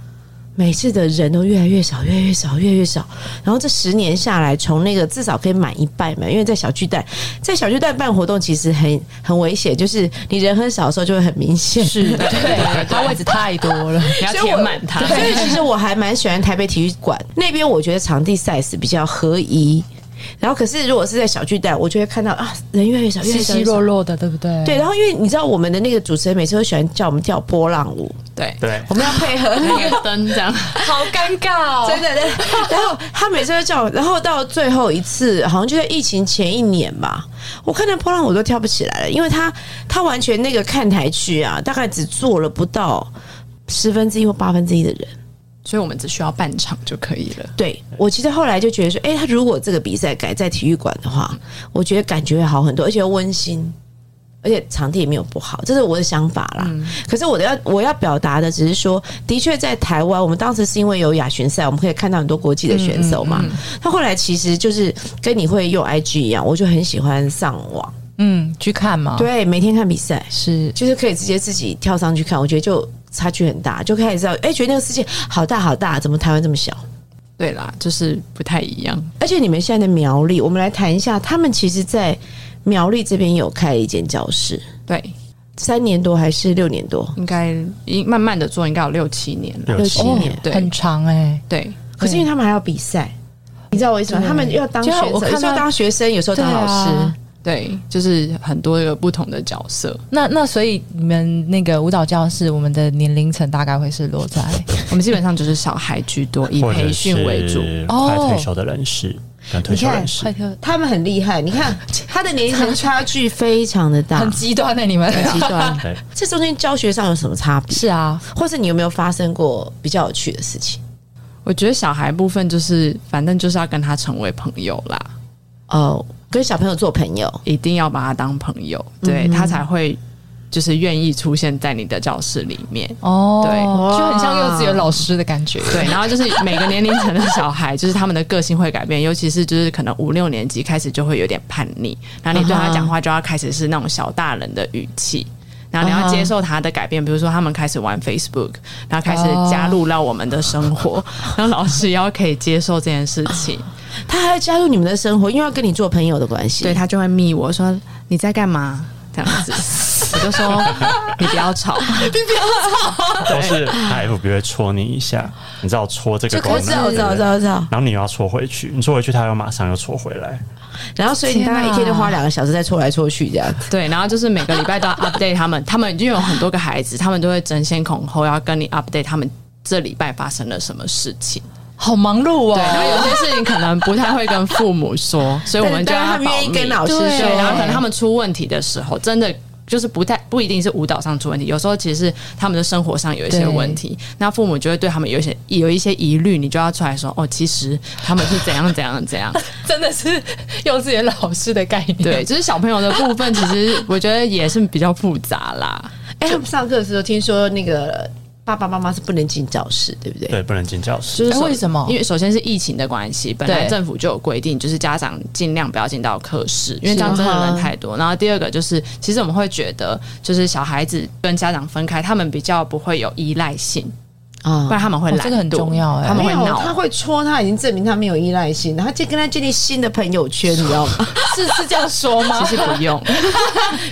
Speaker 4: 每次的人都越来越少，越来越少，越来越少。然后这十年下来，从那个至少可以满一半嘛，因为在小巨蛋，在小巨蛋办活动其实很很危险，就是你人很少的时候就会很明显。
Speaker 2: 嗯
Speaker 5: 是，对，他位置太多了，
Speaker 2: 你要填满 它。
Speaker 4: 所以其实我还蛮喜欢台北体育馆那边，我觉得场地 size 比较合宜。然后可是如果是在小巨蛋，我就会看到啊，人越来越少，越来
Speaker 5: 稀
Speaker 4: 越少。
Speaker 5: 稀
Speaker 4: 越来越少
Speaker 5: 落落的，对不对？
Speaker 4: 对，然后因为你知道我们的那个主持人每次都喜欢叫我们跳波浪舞，
Speaker 2: 对，
Speaker 1: 对，
Speaker 4: 我们要 配合那
Speaker 2: 那个灯 这样，
Speaker 5: 好尴尬
Speaker 2: 哦
Speaker 4: 真的，对然后他每次都叫我，然后到最后一次，好像就在疫情前一年吧，我看到波浪我都跳不起来了，因为他他完全那个看台区啊，大概只坐了不到十分之一或八分之一的人。
Speaker 2: 所以我们只需要半场就可以了。
Speaker 4: 对我其实后来就觉得说，哎、他如果这个比赛改在体育馆的话，我觉得感觉会好很多，而且又温馨。而且场地也没有不好，这是我的想法啦。可是我的要我要表达的只是说，的确在台湾，我们当时是因为有亚巡赛，我们可以看到很多国际的选手嘛。他、后来其实就是跟你会用 IG 一样，我就很喜欢上网，
Speaker 5: 嗯，去看嘛，，
Speaker 4: 对，每天看比赛。
Speaker 5: 是
Speaker 4: 就是可以直接自己跳上去看，我觉得就差距很大，就开始知道，哎、觉得那个世界好大好大，怎么台湾这么小？
Speaker 2: 对啦，就是不太一样。
Speaker 4: 而且你们现在的苗栗，我们来谈一下，他们其实，在苗栗这边有开一间教室，
Speaker 2: 对，
Speaker 4: 三年多还是六年多？
Speaker 2: 应该已慢慢的做，应该有六七年哦了。
Speaker 1: 六
Speaker 4: 六
Speaker 1: 七
Speaker 4: 七
Speaker 1: 年
Speaker 4: 年。
Speaker 2: 对
Speaker 5: 很长哎，
Speaker 2: 对，
Speaker 4: 可是因为他们还要比赛，你知道我意思吗？
Speaker 5: 对
Speaker 4: 他们要当学
Speaker 5: 就
Speaker 4: 生，
Speaker 5: 我看到
Speaker 4: 有时候当学生，有时候当老师。
Speaker 5: 对啊
Speaker 2: 对，就是很多个不同的角色。
Speaker 5: 那那所以你们那个舞蹈教室，我们的年龄层大概会是落在 啊
Speaker 2: 我们基本上就是小孩居多，以
Speaker 1: 或者
Speaker 2: 培训
Speaker 1: 是
Speaker 2: 为主。
Speaker 1: 快退休的人士跟退休人士
Speaker 5: 快，特
Speaker 4: 他们很厉害，你看他的年龄层差距非常的大
Speaker 5: 很，极端的、你们
Speaker 4: 极 端。
Speaker 1: 对，
Speaker 4: 这中间教学上有什么差别？
Speaker 5: 是啊，
Speaker 4: 或是你有没有发生过比较有趣的事情？
Speaker 2: 我觉得小孩部分就是，反正就是要跟他成为朋友啦，
Speaker 4: 哦，跟小朋友做朋友，
Speaker 2: 一定要把他当朋友，对、他才会就是愿意出现在你的教室里面。
Speaker 5: 哦，
Speaker 2: 对
Speaker 5: 就很像幼稚园老师的感觉，
Speaker 2: 对，然后就是每个年龄层的小孩，就是他们的个性会改变，尤其是就是可能五六年级开始就会有点叛逆，然后你对他讲话就要开始是那种小大人的语气。然后你要接受他的改变，比如说他们开始玩 Facebook，然后开始加入到我们的生活然后老师也要可以接受这件事情，
Speaker 4: 他还要加入你们的生活，因为要跟你做朋友的关系。
Speaker 2: 对他就会密我说你在干嘛这样子，我就说你不要吵，
Speaker 1: 都是他 FB 会戳你一下，你知道戳这个功
Speaker 4: 我知道，
Speaker 1: 能，
Speaker 4: 我知道，我知道，我知道。
Speaker 1: 然后你又要戳回去，你戳回去他又马上又戳回来，
Speaker 4: 然后所以你大概一天就花两个小时在搓来搓去这样子。
Speaker 2: 对，然后就是每个礼拜都要 update 他们，他们就有很多个孩子，他们都会争先恐后要跟你 update 他们这礼拜发生了什么事情。
Speaker 5: 好忙碌
Speaker 2: 对，然
Speaker 5: 哦。
Speaker 2: 后有些事情可能不太会跟父母说，所以我们就
Speaker 4: 但
Speaker 2: 要
Speaker 4: 但他
Speaker 2: 保
Speaker 4: 们愿意
Speaker 2: 密。
Speaker 4: 跟老师
Speaker 5: 对
Speaker 2: 对，然后可能
Speaker 4: 说，
Speaker 2: 他们出问题的时候，真的就是不太不一定是舞蹈上出问题，有时候其实是他们的生活上有一些
Speaker 5: 对
Speaker 2: 问题，那父母就会对他们有一些有一些疑虑，你就要出来说哦，其实他们是怎样怎样 怎样。
Speaker 5: 真的是幼稚园老师的概念。
Speaker 2: 对，就是小朋友的部分，其实我觉得也是比较复杂啦。
Speaker 4: 哎，他们上课的时候听说那个爸爸妈妈是不能进教室，对不对？
Speaker 1: 对，不能进教室。
Speaker 2: 就是
Speaker 5: 哎
Speaker 2: 首
Speaker 5: 为什么
Speaker 2: 因为首先是疫情的关系，本来
Speaker 5: 对
Speaker 2: 政府就有规定，就是家长尽量不要进到课室，因为这样真的人太多。然后第二个就是，其实我们会觉得，就是小孩子跟家长分开，他们比较不会有依赖性，
Speaker 4: 啊
Speaker 2: 不然他们会
Speaker 5: 哦
Speaker 2: 懒惰、
Speaker 5: 这个很重要哎
Speaker 2: 他们
Speaker 4: 没
Speaker 2: 会
Speaker 4: 有，他
Speaker 2: 闹。
Speaker 4: 会啊戳，他已经证明他没有依赖性，然后就跟他建立新的朋友圈，你知 道吗？
Speaker 5: 是是这样说吗？
Speaker 2: 其实不用，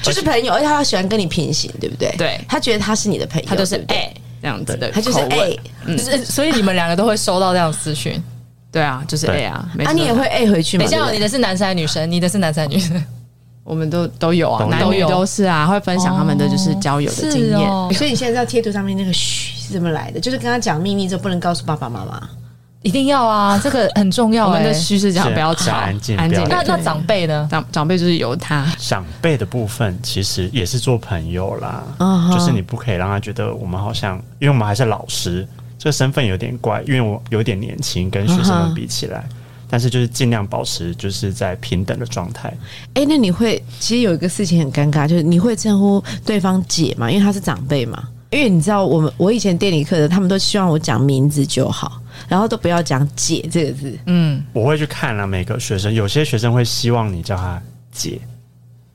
Speaker 4: 就是朋友，而且他喜欢跟你平行，对不对？
Speaker 2: 对
Speaker 4: 他觉得他是你的朋友，
Speaker 2: 他就是
Speaker 4: 对不对
Speaker 2: 哎、这样子的口
Speaker 4: 他
Speaker 2: 吻，
Speaker 4: 就是哎，
Speaker 5: 是 所以你们两个都会收到这样的私 讯。
Speaker 2: 对啊，就是哎、
Speaker 1: 对
Speaker 2: 啊，每
Speaker 4: 啊，
Speaker 2: 次都
Speaker 4: 你也
Speaker 2: 这
Speaker 4: 会
Speaker 2: 样，
Speaker 4: 哎回去吗？
Speaker 5: 等一
Speaker 4: 对
Speaker 5: 下哦，
Speaker 4: 不对
Speaker 5: 你的是男生还是女生？你的是男生还是女生？
Speaker 2: 我们都都有啊
Speaker 1: 都，有
Speaker 2: 男女都是啊，会分享他们的就是交友的经验。
Speaker 5: 哦
Speaker 4: 所以你现在知道贴图上面那个嘘是怎么来的？就是跟他讲秘密之后不能告诉爸爸妈妈。
Speaker 5: 一定要啊，这个很重要
Speaker 2: 我
Speaker 5: 哎、
Speaker 2: 们的趋势讲
Speaker 1: 是啊
Speaker 2: 不要吵，
Speaker 1: 安静
Speaker 2: 安静
Speaker 1: 不要
Speaker 5: 那
Speaker 2: 的。
Speaker 5: 那长辈呢？
Speaker 2: 长长辈就是由他，
Speaker 1: 长辈的部分其实也是做朋友啦
Speaker 4: 嗯哼
Speaker 1: 就是你不可以让他觉得我们好像，因为我们还是老师，这个身份有点怪，因为我有点年轻，跟学生
Speaker 4: 嗯
Speaker 1: 们
Speaker 4: 哼
Speaker 1: 比起来。但是就是尽量保持就是在平等的状态，
Speaker 4: 哎、那你会其实有一个事情很尴尬，就是你会称呼对方姐嘛，因为他是长辈嘛。因为你知道，我们我以前店里课的，他们都希望我讲名字就好，然后都不要讲“姐”这个字。
Speaker 5: 嗯，
Speaker 1: 我会去看了、每个学生，有些学生会希望你叫他姐，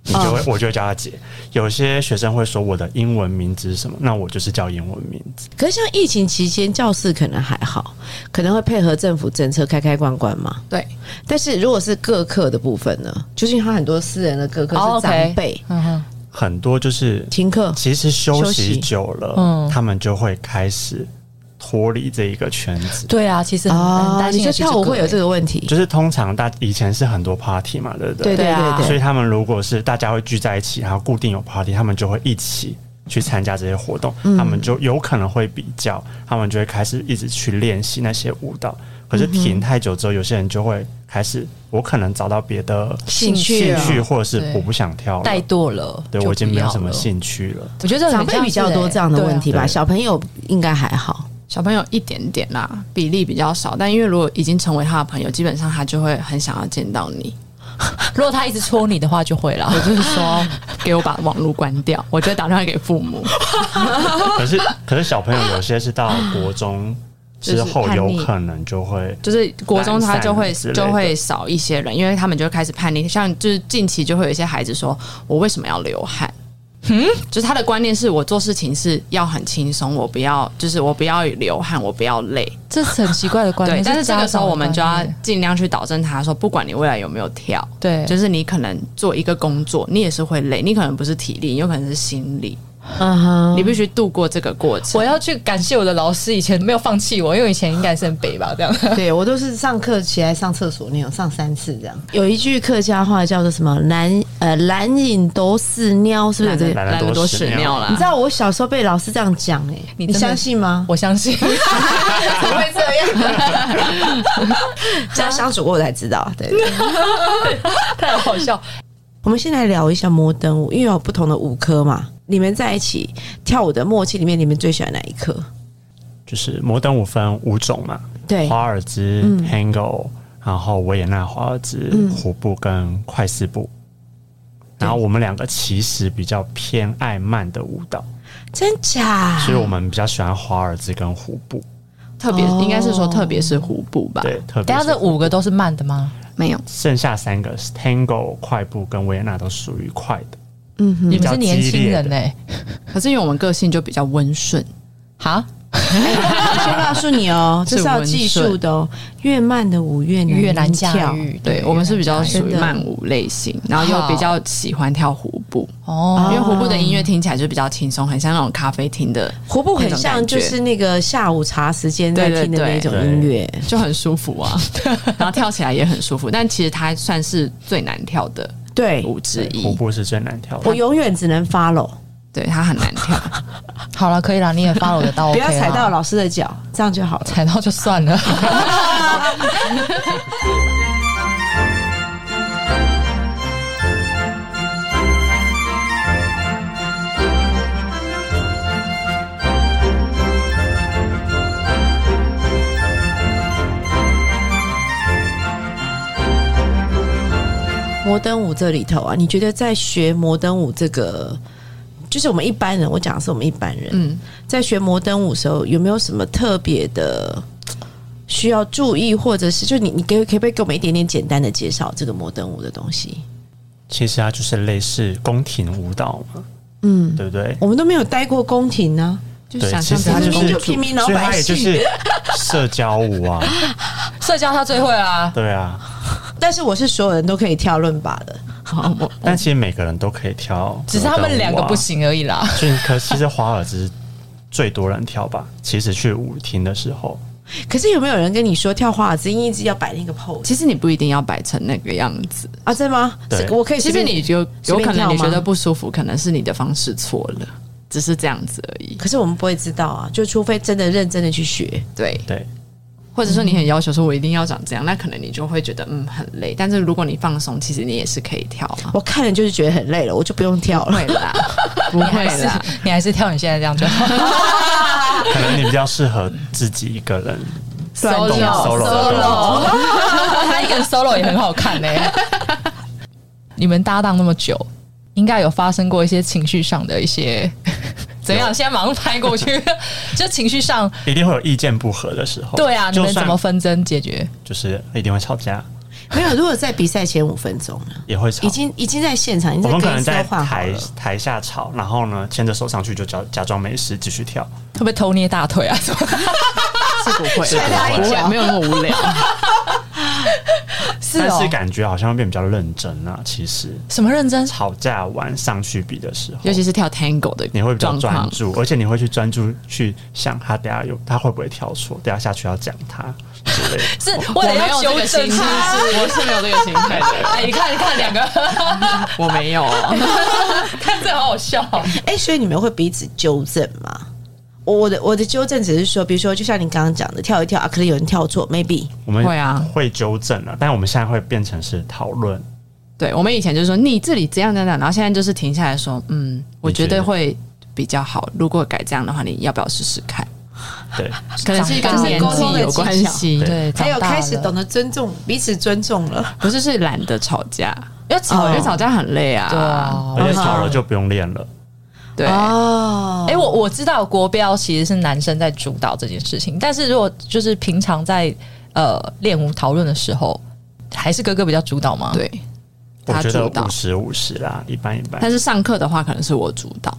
Speaker 1: 你就
Speaker 4: 嗯
Speaker 1: 会、我就会叫他姐。有些学生会说我的英文名字是什么，那我就是叫英文名字。
Speaker 4: 可是像疫情期间，教室可能还好，可能会配合政府政策开开关关嘛。
Speaker 2: 对，
Speaker 4: 但是如果是各课的部分呢，就是因为他很多私人的各课
Speaker 5: 哦
Speaker 4: 是
Speaker 5: ，OK
Speaker 4: 长辈、
Speaker 5: 嗯哼，
Speaker 1: 很多就是
Speaker 4: 停课，
Speaker 1: 其实休
Speaker 4: 休息
Speaker 1: 息久了，
Speaker 5: 嗯
Speaker 1: 他们就会开始脱离这一个圈子。
Speaker 5: 对啊，其实很很
Speaker 4: 哦，
Speaker 5: 担心
Speaker 4: 你说
Speaker 5: 的是
Speaker 4: 跳舞会有这
Speaker 5: 个
Speaker 4: 个问题，
Speaker 1: 就是通常大以前是很多 party 嘛，对不
Speaker 4: 对
Speaker 1: 对？
Speaker 4: 对
Speaker 5: 对啊
Speaker 4: 对
Speaker 1: 所以
Speaker 4: 对，
Speaker 1: 他们如果是大家会聚在一起，然后固定有 party，他们就会一起去参加这些活动，
Speaker 5: 嗯
Speaker 1: 他们就有可能会比较，他们就会开始一直去练习那些舞蹈。可是停太久之后，有些人就会开始，我可能找到别的
Speaker 4: 兴趣
Speaker 1: 兴
Speaker 4: 啊
Speaker 1: 趣，或者是
Speaker 5: 对
Speaker 1: 我不想跳了，
Speaker 5: 怠惰了，
Speaker 1: 对
Speaker 5: 就
Speaker 1: 我已经没有什
Speaker 5: 不要
Speaker 1: 么
Speaker 5: 了。
Speaker 1: 兴趣了。
Speaker 5: 我觉得这个
Speaker 4: 长
Speaker 5: 很
Speaker 4: 辈
Speaker 5: 像
Speaker 4: 比较
Speaker 5: 是
Speaker 4: 多
Speaker 5: 欸
Speaker 4: 这样 的问题
Speaker 1: 对
Speaker 4: 吧，
Speaker 1: 啊
Speaker 4: 小朋友应该还好。
Speaker 2: 小朋友一点点啦，比例比较少，但因为如果已经成为他的朋友，基本上他就会很想要见到你。
Speaker 5: 对啊如果他一直戳你的话，就会了。
Speaker 2: 我 就是说，给我把网络关掉，我就会打电话给 父母。
Speaker 1: 可是 可是小朋友有些是到国中之
Speaker 2: 就
Speaker 1: 后，
Speaker 2: 是叛
Speaker 1: 有
Speaker 2: 逆
Speaker 1: 可能就会
Speaker 2: 就是国中他就会
Speaker 1: 懒散之类的
Speaker 2: 就会少一些人，因为他们就会开始叛逆。像就是近期就会有一些孩子说：“我为什么要流汗？”嗯，就是他的观念是我做事情是要很轻松，我不要就是我不要流汗，我不要累。
Speaker 5: 这是很奇怪的
Speaker 3: 哦
Speaker 5: 观
Speaker 2: 对，
Speaker 5: 念。
Speaker 2: 但是这个时候我们就
Speaker 5: 家
Speaker 2: 要
Speaker 5: 长的观念
Speaker 2: 尽量去导正他说，不管你未来有没有跳，
Speaker 5: 对
Speaker 2: 就是你可能做一个工作，你也是会累，你可能不是体力，有可能是心理，
Speaker 4: 嗯哼，
Speaker 2: 你必须度过这个过程。
Speaker 5: 我要去感谢我的老师，以前没有放弃我，因为我以前应该是很北吧，这样。
Speaker 4: 对我都是上课起来上厕所那种，上三次这样。有一句客家话叫做什么“男呃男人都是尿”，是不是有这个？
Speaker 1: 懒得
Speaker 2: 懒得
Speaker 1: 多
Speaker 2: 多
Speaker 1: 屎
Speaker 2: 屎
Speaker 1: 尿
Speaker 2: 尿
Speaker 4: 你
Speaker 2: 啦
Speaker 4: 知。道我小时候被老师这样讲哎、欸，你
Speaker 5: 真的
Speaker 4: 相信吗？
Speaker 5: 我相信，
Speaker 4: 怎么会这样？这样相处过才知 道。对，对
Speaker 5: 太好笑。
Speaker 4: 我们先来聊一下摩登舞，因为有不同的舞科嘛。你们在一起跳舞的默契里面，你们最喜欢哪一科？
Speaker 1: 就是摩登舞分五种嘛，
Speaker 4: 对
Speaker 1: 华尔兹、Tango，然后维也纳华尔兹、胡步跟快四步。然后我们两个其实比较偏爱慢的舞蹈，
Speaker 4: 真假？
Speaker 1: 所以我们比较喜欢华尔兹跟胡步。
Speaker 2: 特别
Speaker 4: 哦
Speaker 2: 应该是说，特别是胡步吧，
Speaker 1: 对，特别
Speaker 5: 等一下
Speaker 1: 是
Speaker 5: 这五个都是慢的吗？
Speaker 2: 没有，
Speaker 1: 剩下三个是 Tango、快步跟维也纳都属于快的。
Speaker 5: 你
Speaker 1: 比
Speaker 5: 们
Speaker 1: 较
Speaker 5: 是年
Speaker 1: 激
Speaker 5: 轻
Speaker 1: 烈
Speaker 5: 人
Speaker 1: 的
Speaker 5: 哎、
Speaker 2: 可是因为我们个性就比较温顺，
Speaker 5: 哈，
Speaker 4: 先告诉你哦，这是要技术的哦，越慢的舞越难
Speaker 5: 越难驾
Speaker 4: 跳。
Speaker 5: 驭。
Speaker 2: 对我们是比较属
Speaker 4: 真
Speaker 2: 于
Speaker 4: 的
Speaker 2: 慢舞类型，然后又比较喜欢跳胡步，因
Speaker 5: 哦，
Speaker 2: 为胡步的音乐听起来就比较轻松，很像那种咖啡厅的，
Speaker 4: 胡步很
Speaker 2: 那
Speaker 4: 像
Speaker 2: 种感
Speaker 4: 就
Speaker 2: 觉
Speaker 4: 是那个下午茶时间在听的那种
Speaker 1: 对对对
Speaker 4: 音乐，
Speaker 2: 就很舒服啊，然后跳起来也很舒服，但其实它算是最难跳的
Speaker 4: 对。
Speaker 2: 舞之
Speaker 1: 胡
Speaker 2: 一，
Speaker 1: 步是最难跳
Speaker 4: 我
Speaker 1: 的，
Speaker 4: 永远只能 follow，
Speaker 2: 对，它很难跳，
Speaker 3: 好了，可以了，你也 follow 得到，
Speaker 4: 不要
Speaker 3: OK 啦
Speaker 4: 踩 到，老师的脚，这样就好了。
Speaker 3: 踩到就算了。
Speaker 4: 摩登舞这里头啊，你觉得在学摩登舞这个，就是我们一般人，我讲的是我们一般人，
Speaker 2: 嗯
Speaker 4: 在学摩登舞的时候，有没有什么特别的需要注意，或者是就你你给可不可以给我们一点点简单的介绍这个摩登舞的东西？
Speaker 1: 其实它就是类似宫廷舞蹈嘛，
Speaker 4: 嗯，
Speaker 1: 对不对？
Speaker 4: 我们都没有待过宫廷啊呢、
Speaker 2: 就
Speaker 1: 对，
Speaker 2: 想
Speaker 1: 其
Speaker 2: 象
Speaker 1: 实它
Speaker 2: 自
Speaker 1: 就
Speaker 4: 明
Speaker 2: 己
Speaker 4: 明
Speaker 1: 是
Speaker 4: 就，平民老
Speaker 1: 所以它
Speaker 4: 百
Speaker 1: 也就
Speaker 4: 姓
Speaker 1: 是社交舞啊，
Speaker 3: 社交他最会啦，
Speaker 1: 对啊。
Speaker 4: 但是我是所有人都可以跳论吧的，
Speaker 2: 好哦 我
Speaker 1: 但其实每个人都可以跳，
Speaker 3: 只是他们两个不。行而已啦。
Speaker 1: 啊所以，可其实华尔兹最多人跳吧。其实去舞厅的时候，
Speaker 4: 可是有没有人跟你说跳华尔兹一直要摆那个 pose
Speaker 2: 其实你不一定要摆成那个样子，
Speaker 4: 啊？真的吗？
Speaker 1: 对
Speaker 4: 是我可以
Speaker 2: 其
Speaker 4: 随
Speaker 2: 实
Speaker 4: 便
Speaker 2: 你就
Speaker 4: 随
Speaker 2: 有
Speaker 4: 便
Speaker 2: 可
Speaker 4: 跳
Speaker 2: 能
Speaker 4: 吗
Speaker 2: 你觉得不舒服，可能是你的方式错了，只是这样子而已。
Speaker 4: 可是我们不会知道啊，就除非真的认真的去学。
Speaker 2: 对，
Speaker 1: 对，
Speaker 2: 或者说你很要求说我一定要长这样，那可能你就会觉得嗯很累。但是如果你放松，其实你也是可以跳啊。
Speaker 4: 我看了就是觉得很累了，我就不用跳
Speaker 2: 不
Speaker 4: 了。
Speaker 2: 会啦，不会
Speaker 3: 还是
Speaker 2: 啦。
Speaker 3: 你还是跳你现在这样就好。
Speaker 1: 可能你比较适合自己一个人 solo 的
Speaker 2: solo
Speaker 1: 动作
Speaker 2: solo，
Speaker 3: 他一个人 solo 也很好看呢、你们搭档那么久，应该有发生过一些情绪上的一 些怎样？现在马上拍过去，就情绪上，
Speaker 2: 哦
Speaker 1: 一定会有意见不合的时候。
Speaker 3: 对啊，你
Speaker 1: 就
Speaker 3: 们怎
Speaker 1: 算
Speaker 3: 么纷争解决？
Speaker 1: 就是一定会吵架，
Speaker 4: 没有，如果在比赛前五分钟呢，
Speaker 1: 也会吵
Speaker 4: 已。经已经在现场，已经在
Speaker 1: 我们可
Speaker 4: 跟
Speaker 1: 能在
Speaker 4: Excel 换好
Speaker 1: 台
Speaker 4: 了。
Speaker 1: 台下吵，然后呢，牵着手上去就假假装没事，继续跳。
Speaker 3: 会不会偷捏大腿啊？什么
Speaker 2: 是不会，
Speaker 1: 是不会
Speaker 2: 不会，没有那么无聊。
Speaker 3: 是
Speaker 1: 但
Speaker 3: 哦
Speaker 1: 是，感觉好像会变比较认真啊。其实
Speaker 3: 什么认真？
Speaker 1: 吵架完上去比的时候，
Speaker 2: 尤其是跳 tango 的，
Speaker 1: 你会比较
Speaker 2: 状
Speaker 1: 专
Speaker 2: 况。
Speaker 1: 注，而且你会去专注去想他等下有他会不会跳错，等下下去要讲他之类 的。
Speaker 3: 是
Speaker 2: 我
Speaker 3: 为了要
Speaker 2: 没有这
Speaker 3: 纠
Speaker 2: 个
Speaker 3: 正
Speaker 2: 心
Speaker 3: 他？
Speaker 2: 态，我是没有这个心态的，
Speaker 3: 哎，你看，你看，两个
Speaker 2: 我没有。啊
Speaker 3: 看这好好笑哦、
Speaker 4: 哎、所以你们会彼此纠正吗？我我的我的纠正只是说，比如说，就像你刚刚讲的，跳一跳啊，可能有人跳错，maybe
Speaker 1: 我们
Speaker 2: 会啊
Speaker 1: 会纠正了，但我们现在会变成是讨论。
Speaker 2: 对我们以前就是说你这里这样这样，这样然后现在就是停下来说，嗯，我觉
Speaker 1: 觉
Speaker 2: 得
Speaker 1: 得
Speaker 2: 会比较好。如果改这样的话，你要不要试试看？
Speaker 1: 对，
Speaker 2: 可能是跟
Speaker 3: 长大
Speaker 2: 年纪有关系，
Speaker 1: 对
Speaker 3: 对，
Speaker 4: 还有
Speaker 3: 长大
Speaker 4: 哎开始
Speaker 3: 了
Speaker 4: 懂得尊重彼此尊重了。
Speaker 2: 不是是懒得吵架，要吵
Speaker 4: 哦
Speaker 2: 因为吵架很累
Speaker 3: 对
Speaker 2: 啊。
Speaker 3: 啊。
Speaker 1: 而且吵了就不用练了。
Speaker 2: 对，
Speaker 4: 哦
Speaker 3: 哎、我我知道国标其实是男生在主导这件事情，但是如果就是平常在呃练舞讨论的时候，还是哥哥比较主导吗？，
Speaker 2: 对，
Speaker 1: 我
Speaker 2: 他
Speaker 1: 觉
Speaker 2: 主
Speaker 1: 得
Speaker 2: 导
Speaker 1: 五，十五十啦，一般一般
Speaker 2: 但。是上课的话可能是我主导。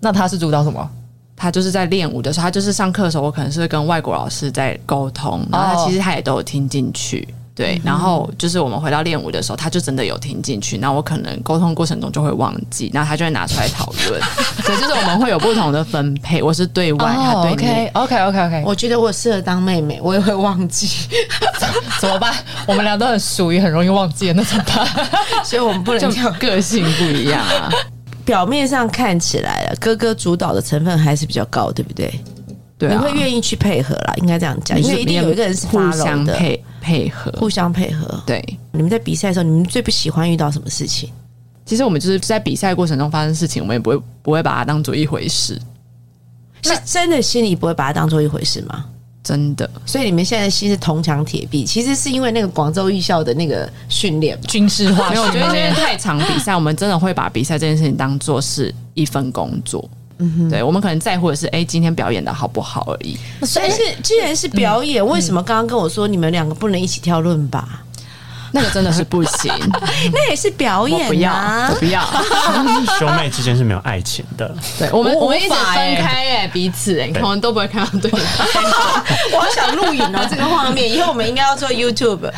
Speaker 3: 那他是主导什么？
Speaker 2: 他就是在练舞的时候，他就是上课的时候，我可能是会跟外国老师在沟通，然
Speaker 4: 哦
Speaker 2: 后他其实他也都有听进去。
Speaker 4: 嗯
Speaker 2: 对，然后就是我们回到练舞的时候，他就真的有听进去。那我可能沟通过程中就会忘记，然后他就会拿出来讨 论。所以就是我们会有不同的分配，我是对
Speaker 3: 哦
Speaker 2: 外，
Speaker 4: 哦
Speaker 2: 他对内。
Speaker 3: OK OK OK OK，
Speaker 4: 哎我觉得我适合当妹妹，我也会忘 记，
Speaker 3: 怎么办？我们俩都很属于很容易忘记的那怎么办？
Speaker 4: 所以我们不能
Speaker 2: 就
Speaker 4: 跳。
Speaker 2: 个性不一样啊，
Speaker 4: 表面上看起来了，哥哥主导的成分还是比较高，对不对？
Speaker 2: 对啊，
Speaker 4: 你会愿意去配合啦，应该这样讲，因为一定有一个人是
Speaker 2: 互
Speaker 4: follow
Speaker 2: 相
Speaker 4: 的，
Speaker 2: 配配合。
Speaker 4: 互相配合。
Speaker 2: 对，
Speaker 4: 你们在比赛的时候，你们最不喜欢遇到什么事情？
Speaker 2: 其实我们就是在比赛过程中发生事情，我们也不会不会把它当做一回事，
Speaker 4: 是真的心里不会把它当做一回事吗？
Speaker 2: 真的。
Speaker 4: 所以你们现在心是铜墙铁壁，其实是因为那个广州艺校的那个训练嘛。
Speaker 3: 军事化
Speaker 2: 没有，我觉
Speaker 3: 训
Speaker 2: 得因为
Speaker 3: 练，
Speaker 2: 太长比赛，我们真的会把比赛这件事情当做是一份工作。嗯哼，对我们可能在乎的是，哎、今天表演的好不好而已。
Speaker 4: 但是
Speaker 2: 哎
Speaker 4: 既然是表
Speaker 2: 嗯
Speaker 4: 演，为什么刚刚跟我说你们两个不能一起跳论吧？
Speaker 2: 那个真的是不 行，
Speaker 4: 那也是表
Speaker 2: 我不
Speaker 4: 演
Speaker 2: 要，
Speaker 4: 啊
Speaker 2: 我。不要。
Speaker 1: 兄妹之间是没有爱情的，
Speaker 2: 对我们，
Speaker 3: 我
Speaker 2: 我们一直
Speaker 3: 无法
Speaker 2: 分
Speaker 3: 欸
Speaker 2: 开哎、彼此哎、你看我们都不会看到对方。
Speaker 4: 我好想录影哦，这个画面，以后我们应该要做 YouTube。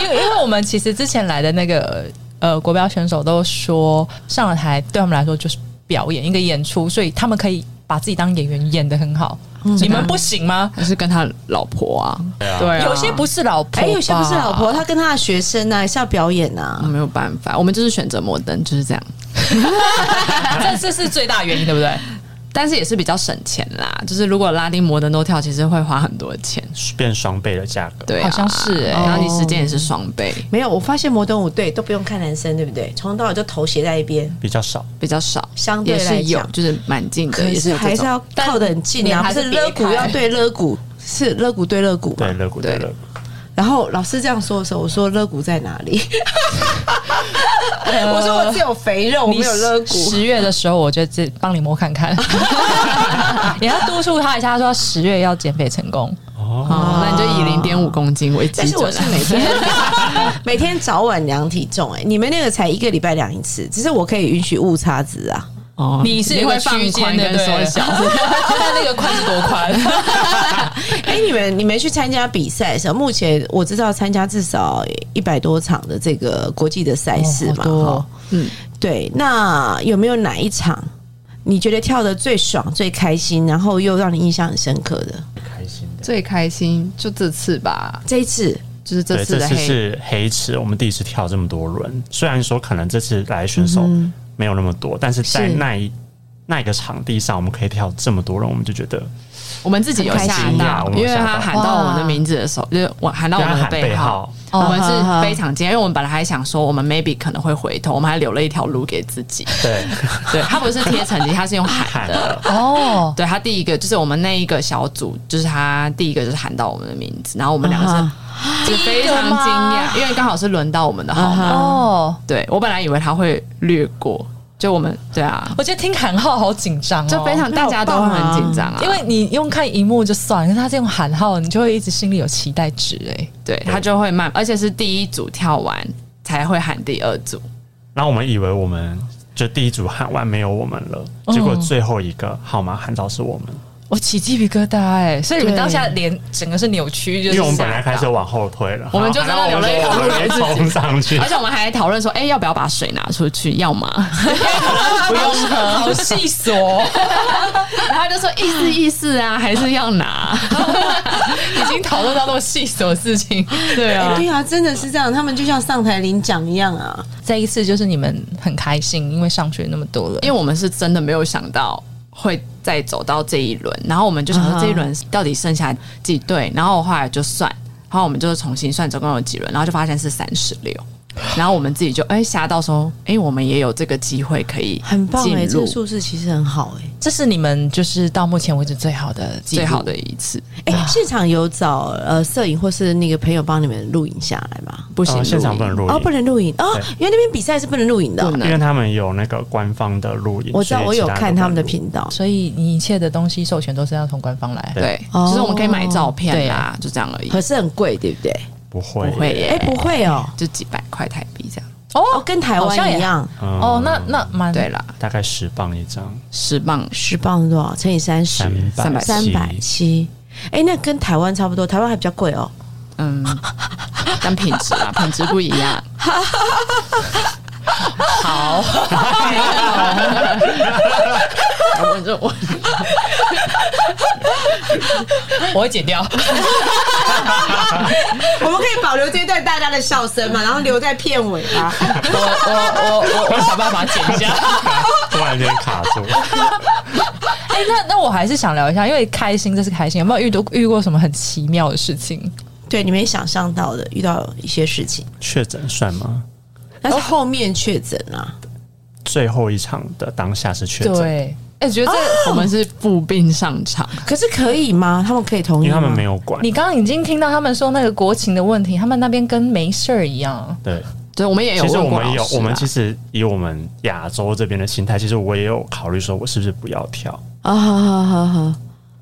Speaker 3: 因为因为我们其实之前来的那个呃国标选手都说上了台对他们来说就是表演一个演出，所以他们可以把自己当演员演得很好。你们不行吗？
Speaker 2: 还是跟他老婆啊？
Speaker 1: 对啊
Speaker 2: 对啊，
Speaker 3: 有些不是老婆，
Speaker 4: 哎，有些不是 老婆，，他跟他的学生呢、啊、也是要表演
Speaker 2: 我
Speaker 4: 啊。
Speaker 2: 没有办法，我们就是选择摩登，就是这样。
Speaker 3: 这这是最大原因，对不对？
Speaker 2: 但是也是比较省钱啦。就是如果拉丁摩登都跳，其实会花很多钱。
Speaker 1: 变双倍的价
Speaker 4: 啊
Speaker 1: 格。
Speaker 2: 对、
Speaker 3: 好像是欸
Speaker 2: 哎、然后
Speaker 4: 哦
Speaker 2: 你时间也是双倍，
Speaker 4: 没有，我发现摩登舞队都不用看男生，对不对？从头到尾就头斜在一边，
Speaker 1: 比较少，
Speaker 2: 比较少，
Speaker 4: 相对
Speaker 2: 也
Speaker 4: 来
Speaker 2: 是有
Speaker 4: 讲，
Speaker 2: 就是蛮近的，也是有
Speaker 4: 还
Speaker 2: 这
Speaker 4: 是要
Speaker 2: 种。
Speaker 4: 靠得很近啊，
Speaker 3: 但
Speaker 4: 不是
Speaker 3: 脸
Speaker 4: 肋
Speaker 3: 还是
Speaker 4: 骨
Speaker 3: 别开
Speaker 4: 要对肋骨，是肋骨对肋骨嘛
Speaker 1: 对，。肋骨对肋
Speaker 2: 对
Speaker 1: 骨，
Speaker 4: 然后老师这样说的时候，我说肋骨在哪 里？我说我只有肥肉，我没有肋骨。
Speaker 3: 十月的时候，我就自帮你摸看 看，也要督促他一下。他说十月要减肥成 功，
Speaker 2: 哦，那你就以零点五公斤为
Speaker 4: 但
Speaker 2: 基
Speaker 4: 是我
Speaker 2: 准
Speaker 4: 是每
Speaker 2: 啦。
Speaker 4: 天每天早晚量体重、哎，你们那个才一个礼拜量一次，只是我可以允许误差值啊。
Speaker 2: 哦，
Speaker 3: 你是有
Speaker 2: 会
Speaker 3: 个
Speaker 2: 放
Speaker 3: 区
Speaker 2: 宽
Speaker 3: 间的
Speaker 2: 跟缩小，
Speaker 3: 看那个宽是多宽。
Speaker 4: 哎、你们你们去参加比赛的时候，目前我知道参加至少一百多场的这个国际的赛事嘛，
Speaker 3: 哦好多
Speaker 4: 哈
Speaker 3: 哦
Speaker 2: 嗯，
Speaker 4: 对。那有没有哪一场你觉得跳的最爽、最开心，然后又让你印象很深刻的？
Speaker 1: 开心的。
Speaker 2: 最开心就这次吧，
Speaker 4: 这一次
Speaker 2: 就是这
Speaker 1: 对，
Speaker 2: 次
Speaker 1: 这
Speaker 2: 的
Speaker 1: 次
Speaker 2: 黑
Speaker 1: 是黑池，我们第一次跳这么多轮。虽然说可能这次来选手没有那么多，但是在
Speaker 4: 是
Speaker 1: 那一那一个场地上，我们可以跳这么多轮，我们就觉得
Speaker 2: 我们自己有吓
Speaker 1: 很开心啊
Speaker 2: 到
Speaker 1: 我，们
Speaker 2: 因
Speaker 1: 有
Speaker 2: 为
Speaker 1: 吓到
Speaker 2: 他喊到我们的名字的时候，就是我喊到我
Speaker 1: 大家
Speaker 2: 们的
Speaker 1: 喊背
Speaker 2: 号
Speaker 1: 号，，
Speaker 2: 我们
Speaker 4: 哦好好
Speaker 2: 是非常惊讶，因为我们本来还想说我们 maybe 可能会回头，我们还留了一条路给自己。
Speaker 1: 对，
Speaker 2: 对他不是贴成绩，他是用喊
Speaker 1: 喊
Speaker 2: 的。
Speaker 1: 的
Speaker 3: 哦，
Speaker 2: 对他第一个就是我们那一个小组，就是他第一个就是喊到我们的名字，然后我们两个
Speaker 4: 啊
Speaker 2: 是就非常惊讶，因为刚好是轮到我们的号码。
Speaker 4: 啊
Speaker 3: 哦，
Speaker 2: 对我本来以为他会略过，就我们对啊，
Speaker 3: 我觉得听喊号好紧张哦，
Speaker 2: 就非常大家都会很紧张啊，
Speaker 3: 因为你用看荧幕就算，可是他这种喊号，你就会一直心里有期待值哎。
Speaker 2: 对他就会慢，而且是第一组跳完才会喊第二组。
Speaker 1: 然后我们以为我们就第一组喊完没有我们了，结果最后一个号码喊到是我们，
Speaker 3: 我起鸡皮疙瘩哎、所以你们
Speaker 4: 对
Speaker 3: 当下脸整个是扭曲，就
Speaker 1: 因
Speaker 3: 是
Speaker 1: 为我们本
Speaker 3: 吓
Speaker 1: 来开始
Speaker 3: 到
Speaker 1: 往后退了，
Speaker 2: 我们就
Speaker 1: 然后
Speaker 2: 真的
Speaker 1: 我
Speaker 2: 留了一条路给
Speaker 1: 们
Speaker 2: 自
Speaker 1: 就
Speaker 2: 己
Speaker 1: 冲上去
Speaker 2: 而，且我们还讨论说，哎、要不要把水拿出去？要吗？
Speaker 3: 不用喝，好细索，
Speaker 2: 然后他就说意思意思啊，还是要拿。
Speaker 3: 已经讨论到那么细索的事情。
Speaker 2: 对
Speaker 4: 哎、
Speaker 2: 啊，
Speaker 4: 对啊，真的是这样，他们就像上台领奖一样啊。
Speaker 3: 这一次就是你们很开心，因为上学那么多了，
Speaker 2: 因为我们是真的没有想到会再走到这一轮，然后我们就
Speaker 4: 嗯
Speaker 2: 想说这一轮到底剩下几队，然后我后来就算，然后我们就重新算总共有几轮，然后就发现是三十六。然后我们自己就哎吓到说，哎，我们也有这个机会可以
Speaker 4: 很棒哎、
Speaker 2: 进
Speaker 4: 这
Speaker 2: 入
Speaker 4: 个数字其实很好哎、
Speaker 3: 这是你们就是到目前为止最好的记录
Speaker 2: 最好的一次
Speaker 4: 哎、现场有找呃摄影或是那个朋友帮你们录影下来吗？
Speaker 2: 不行、
Speaker 1: 呃现场不能
Speaker 2: 录
Speaker 1: 录
Speaker 4: 哦，不
Speaker 1: 影，
Speaker 4: 能录影哦
Speaker 1: 对，
Speaker 4: 因为那边比赛是不能录影的哦、
Speaker 2: 不能
Speaker 1: 因为他们有那个官方的录影，
Speaker 4: 我知道，
Speaker 1: 所以
Speaker 4: 我有
Speaker 1: 其
Speaker 4: 看他们的
Speaker 1: 都不能录
Speaker 4: 频道。
Speaker 3: 所以你一切的东西授权都是要从官方来。
Speaker 2: 影对，
Speaker 4: 哦
Speaker 2: 就是我们可以买照片啦，就这样而已，
Speaker 4: 可是很贵，对不对？
Speaker 1: 不
Speaker 2: 不
Speaker 1: 会
Speaker 2: 会耶，
Speaker 4: 哎、不会哦，
Speaker 2: 就几百块台币这样。
Speaker 4: 哦，
Speaker 3: 哦
Speaker 4: 跟台
Speaker 3: 好像
Speaker 4: 湾
Speaker 3: 也
Speaker 4: 一样，
Speaker 1: 嗯
Speaker 3: 哦，那那蛮
Speaker 2: 对啦，
Speaker 1: 大概十磅一张，
Speaker 2: 十磅
Speaker 4: 十磅是多少？乘以三十，
Speaker 1: 三
Speaker 2: 百
Speaker 4: 三百七。哎、那跟台湾差不多，台湾还比较贵哦。
Speaker 2: 嗯，但品质啊，品质不一样。 好，哎我就我
Speaker 3: 我会剪掉。
Speaker 4: 我们可以保留这一段大家的笑声嘛，然后留在片尾啊。
Speaker 3: 我我我我我想办法剪一下。
Speaker 1: 突然间卡住。
Speaker 3: 哎、那那我还是想聊一下，因为开心这是开心，有没有遇到遇过什么很奇妙的事情？
Speaker 4: 对，你没想象到的，遇到一些事情，
Speaker 1: 确诊算吗？
Speaker 4: 但是后面确诊啊，
Speaker 1: 最后一场的当下是确诊，
Speaker 3: 对，哎、我觉得这、
Speaker 2: 我们是步兵上场，
Speaker 4: 哦可是可以吗？他们可以同
Speaker 1: 因
Speaker 4: 意
Speaker 1: 为
Speaker 4: 吗？
Speaker 1: 他们没有管。
Speaker 3: 你刚刚已经听到他们说那个国情的问题，他们那边跟没事儿一样。
Speaker 1: 对，
Speaker 2: 对，我们也有
Speaker 1: 其实
Speaker 2: 问
Speaker 1: 我
Speaker 2: 过
Speaker 1: 们有
Speaker 2: 老，师啊
Speaker 1: 我们
Speaker 2: 啦
Speaker 1: 其实以我们亚洲这边的心态，其实我也有考虑说，我是不是不要跳，
Speaker 4: 啊，好好好好，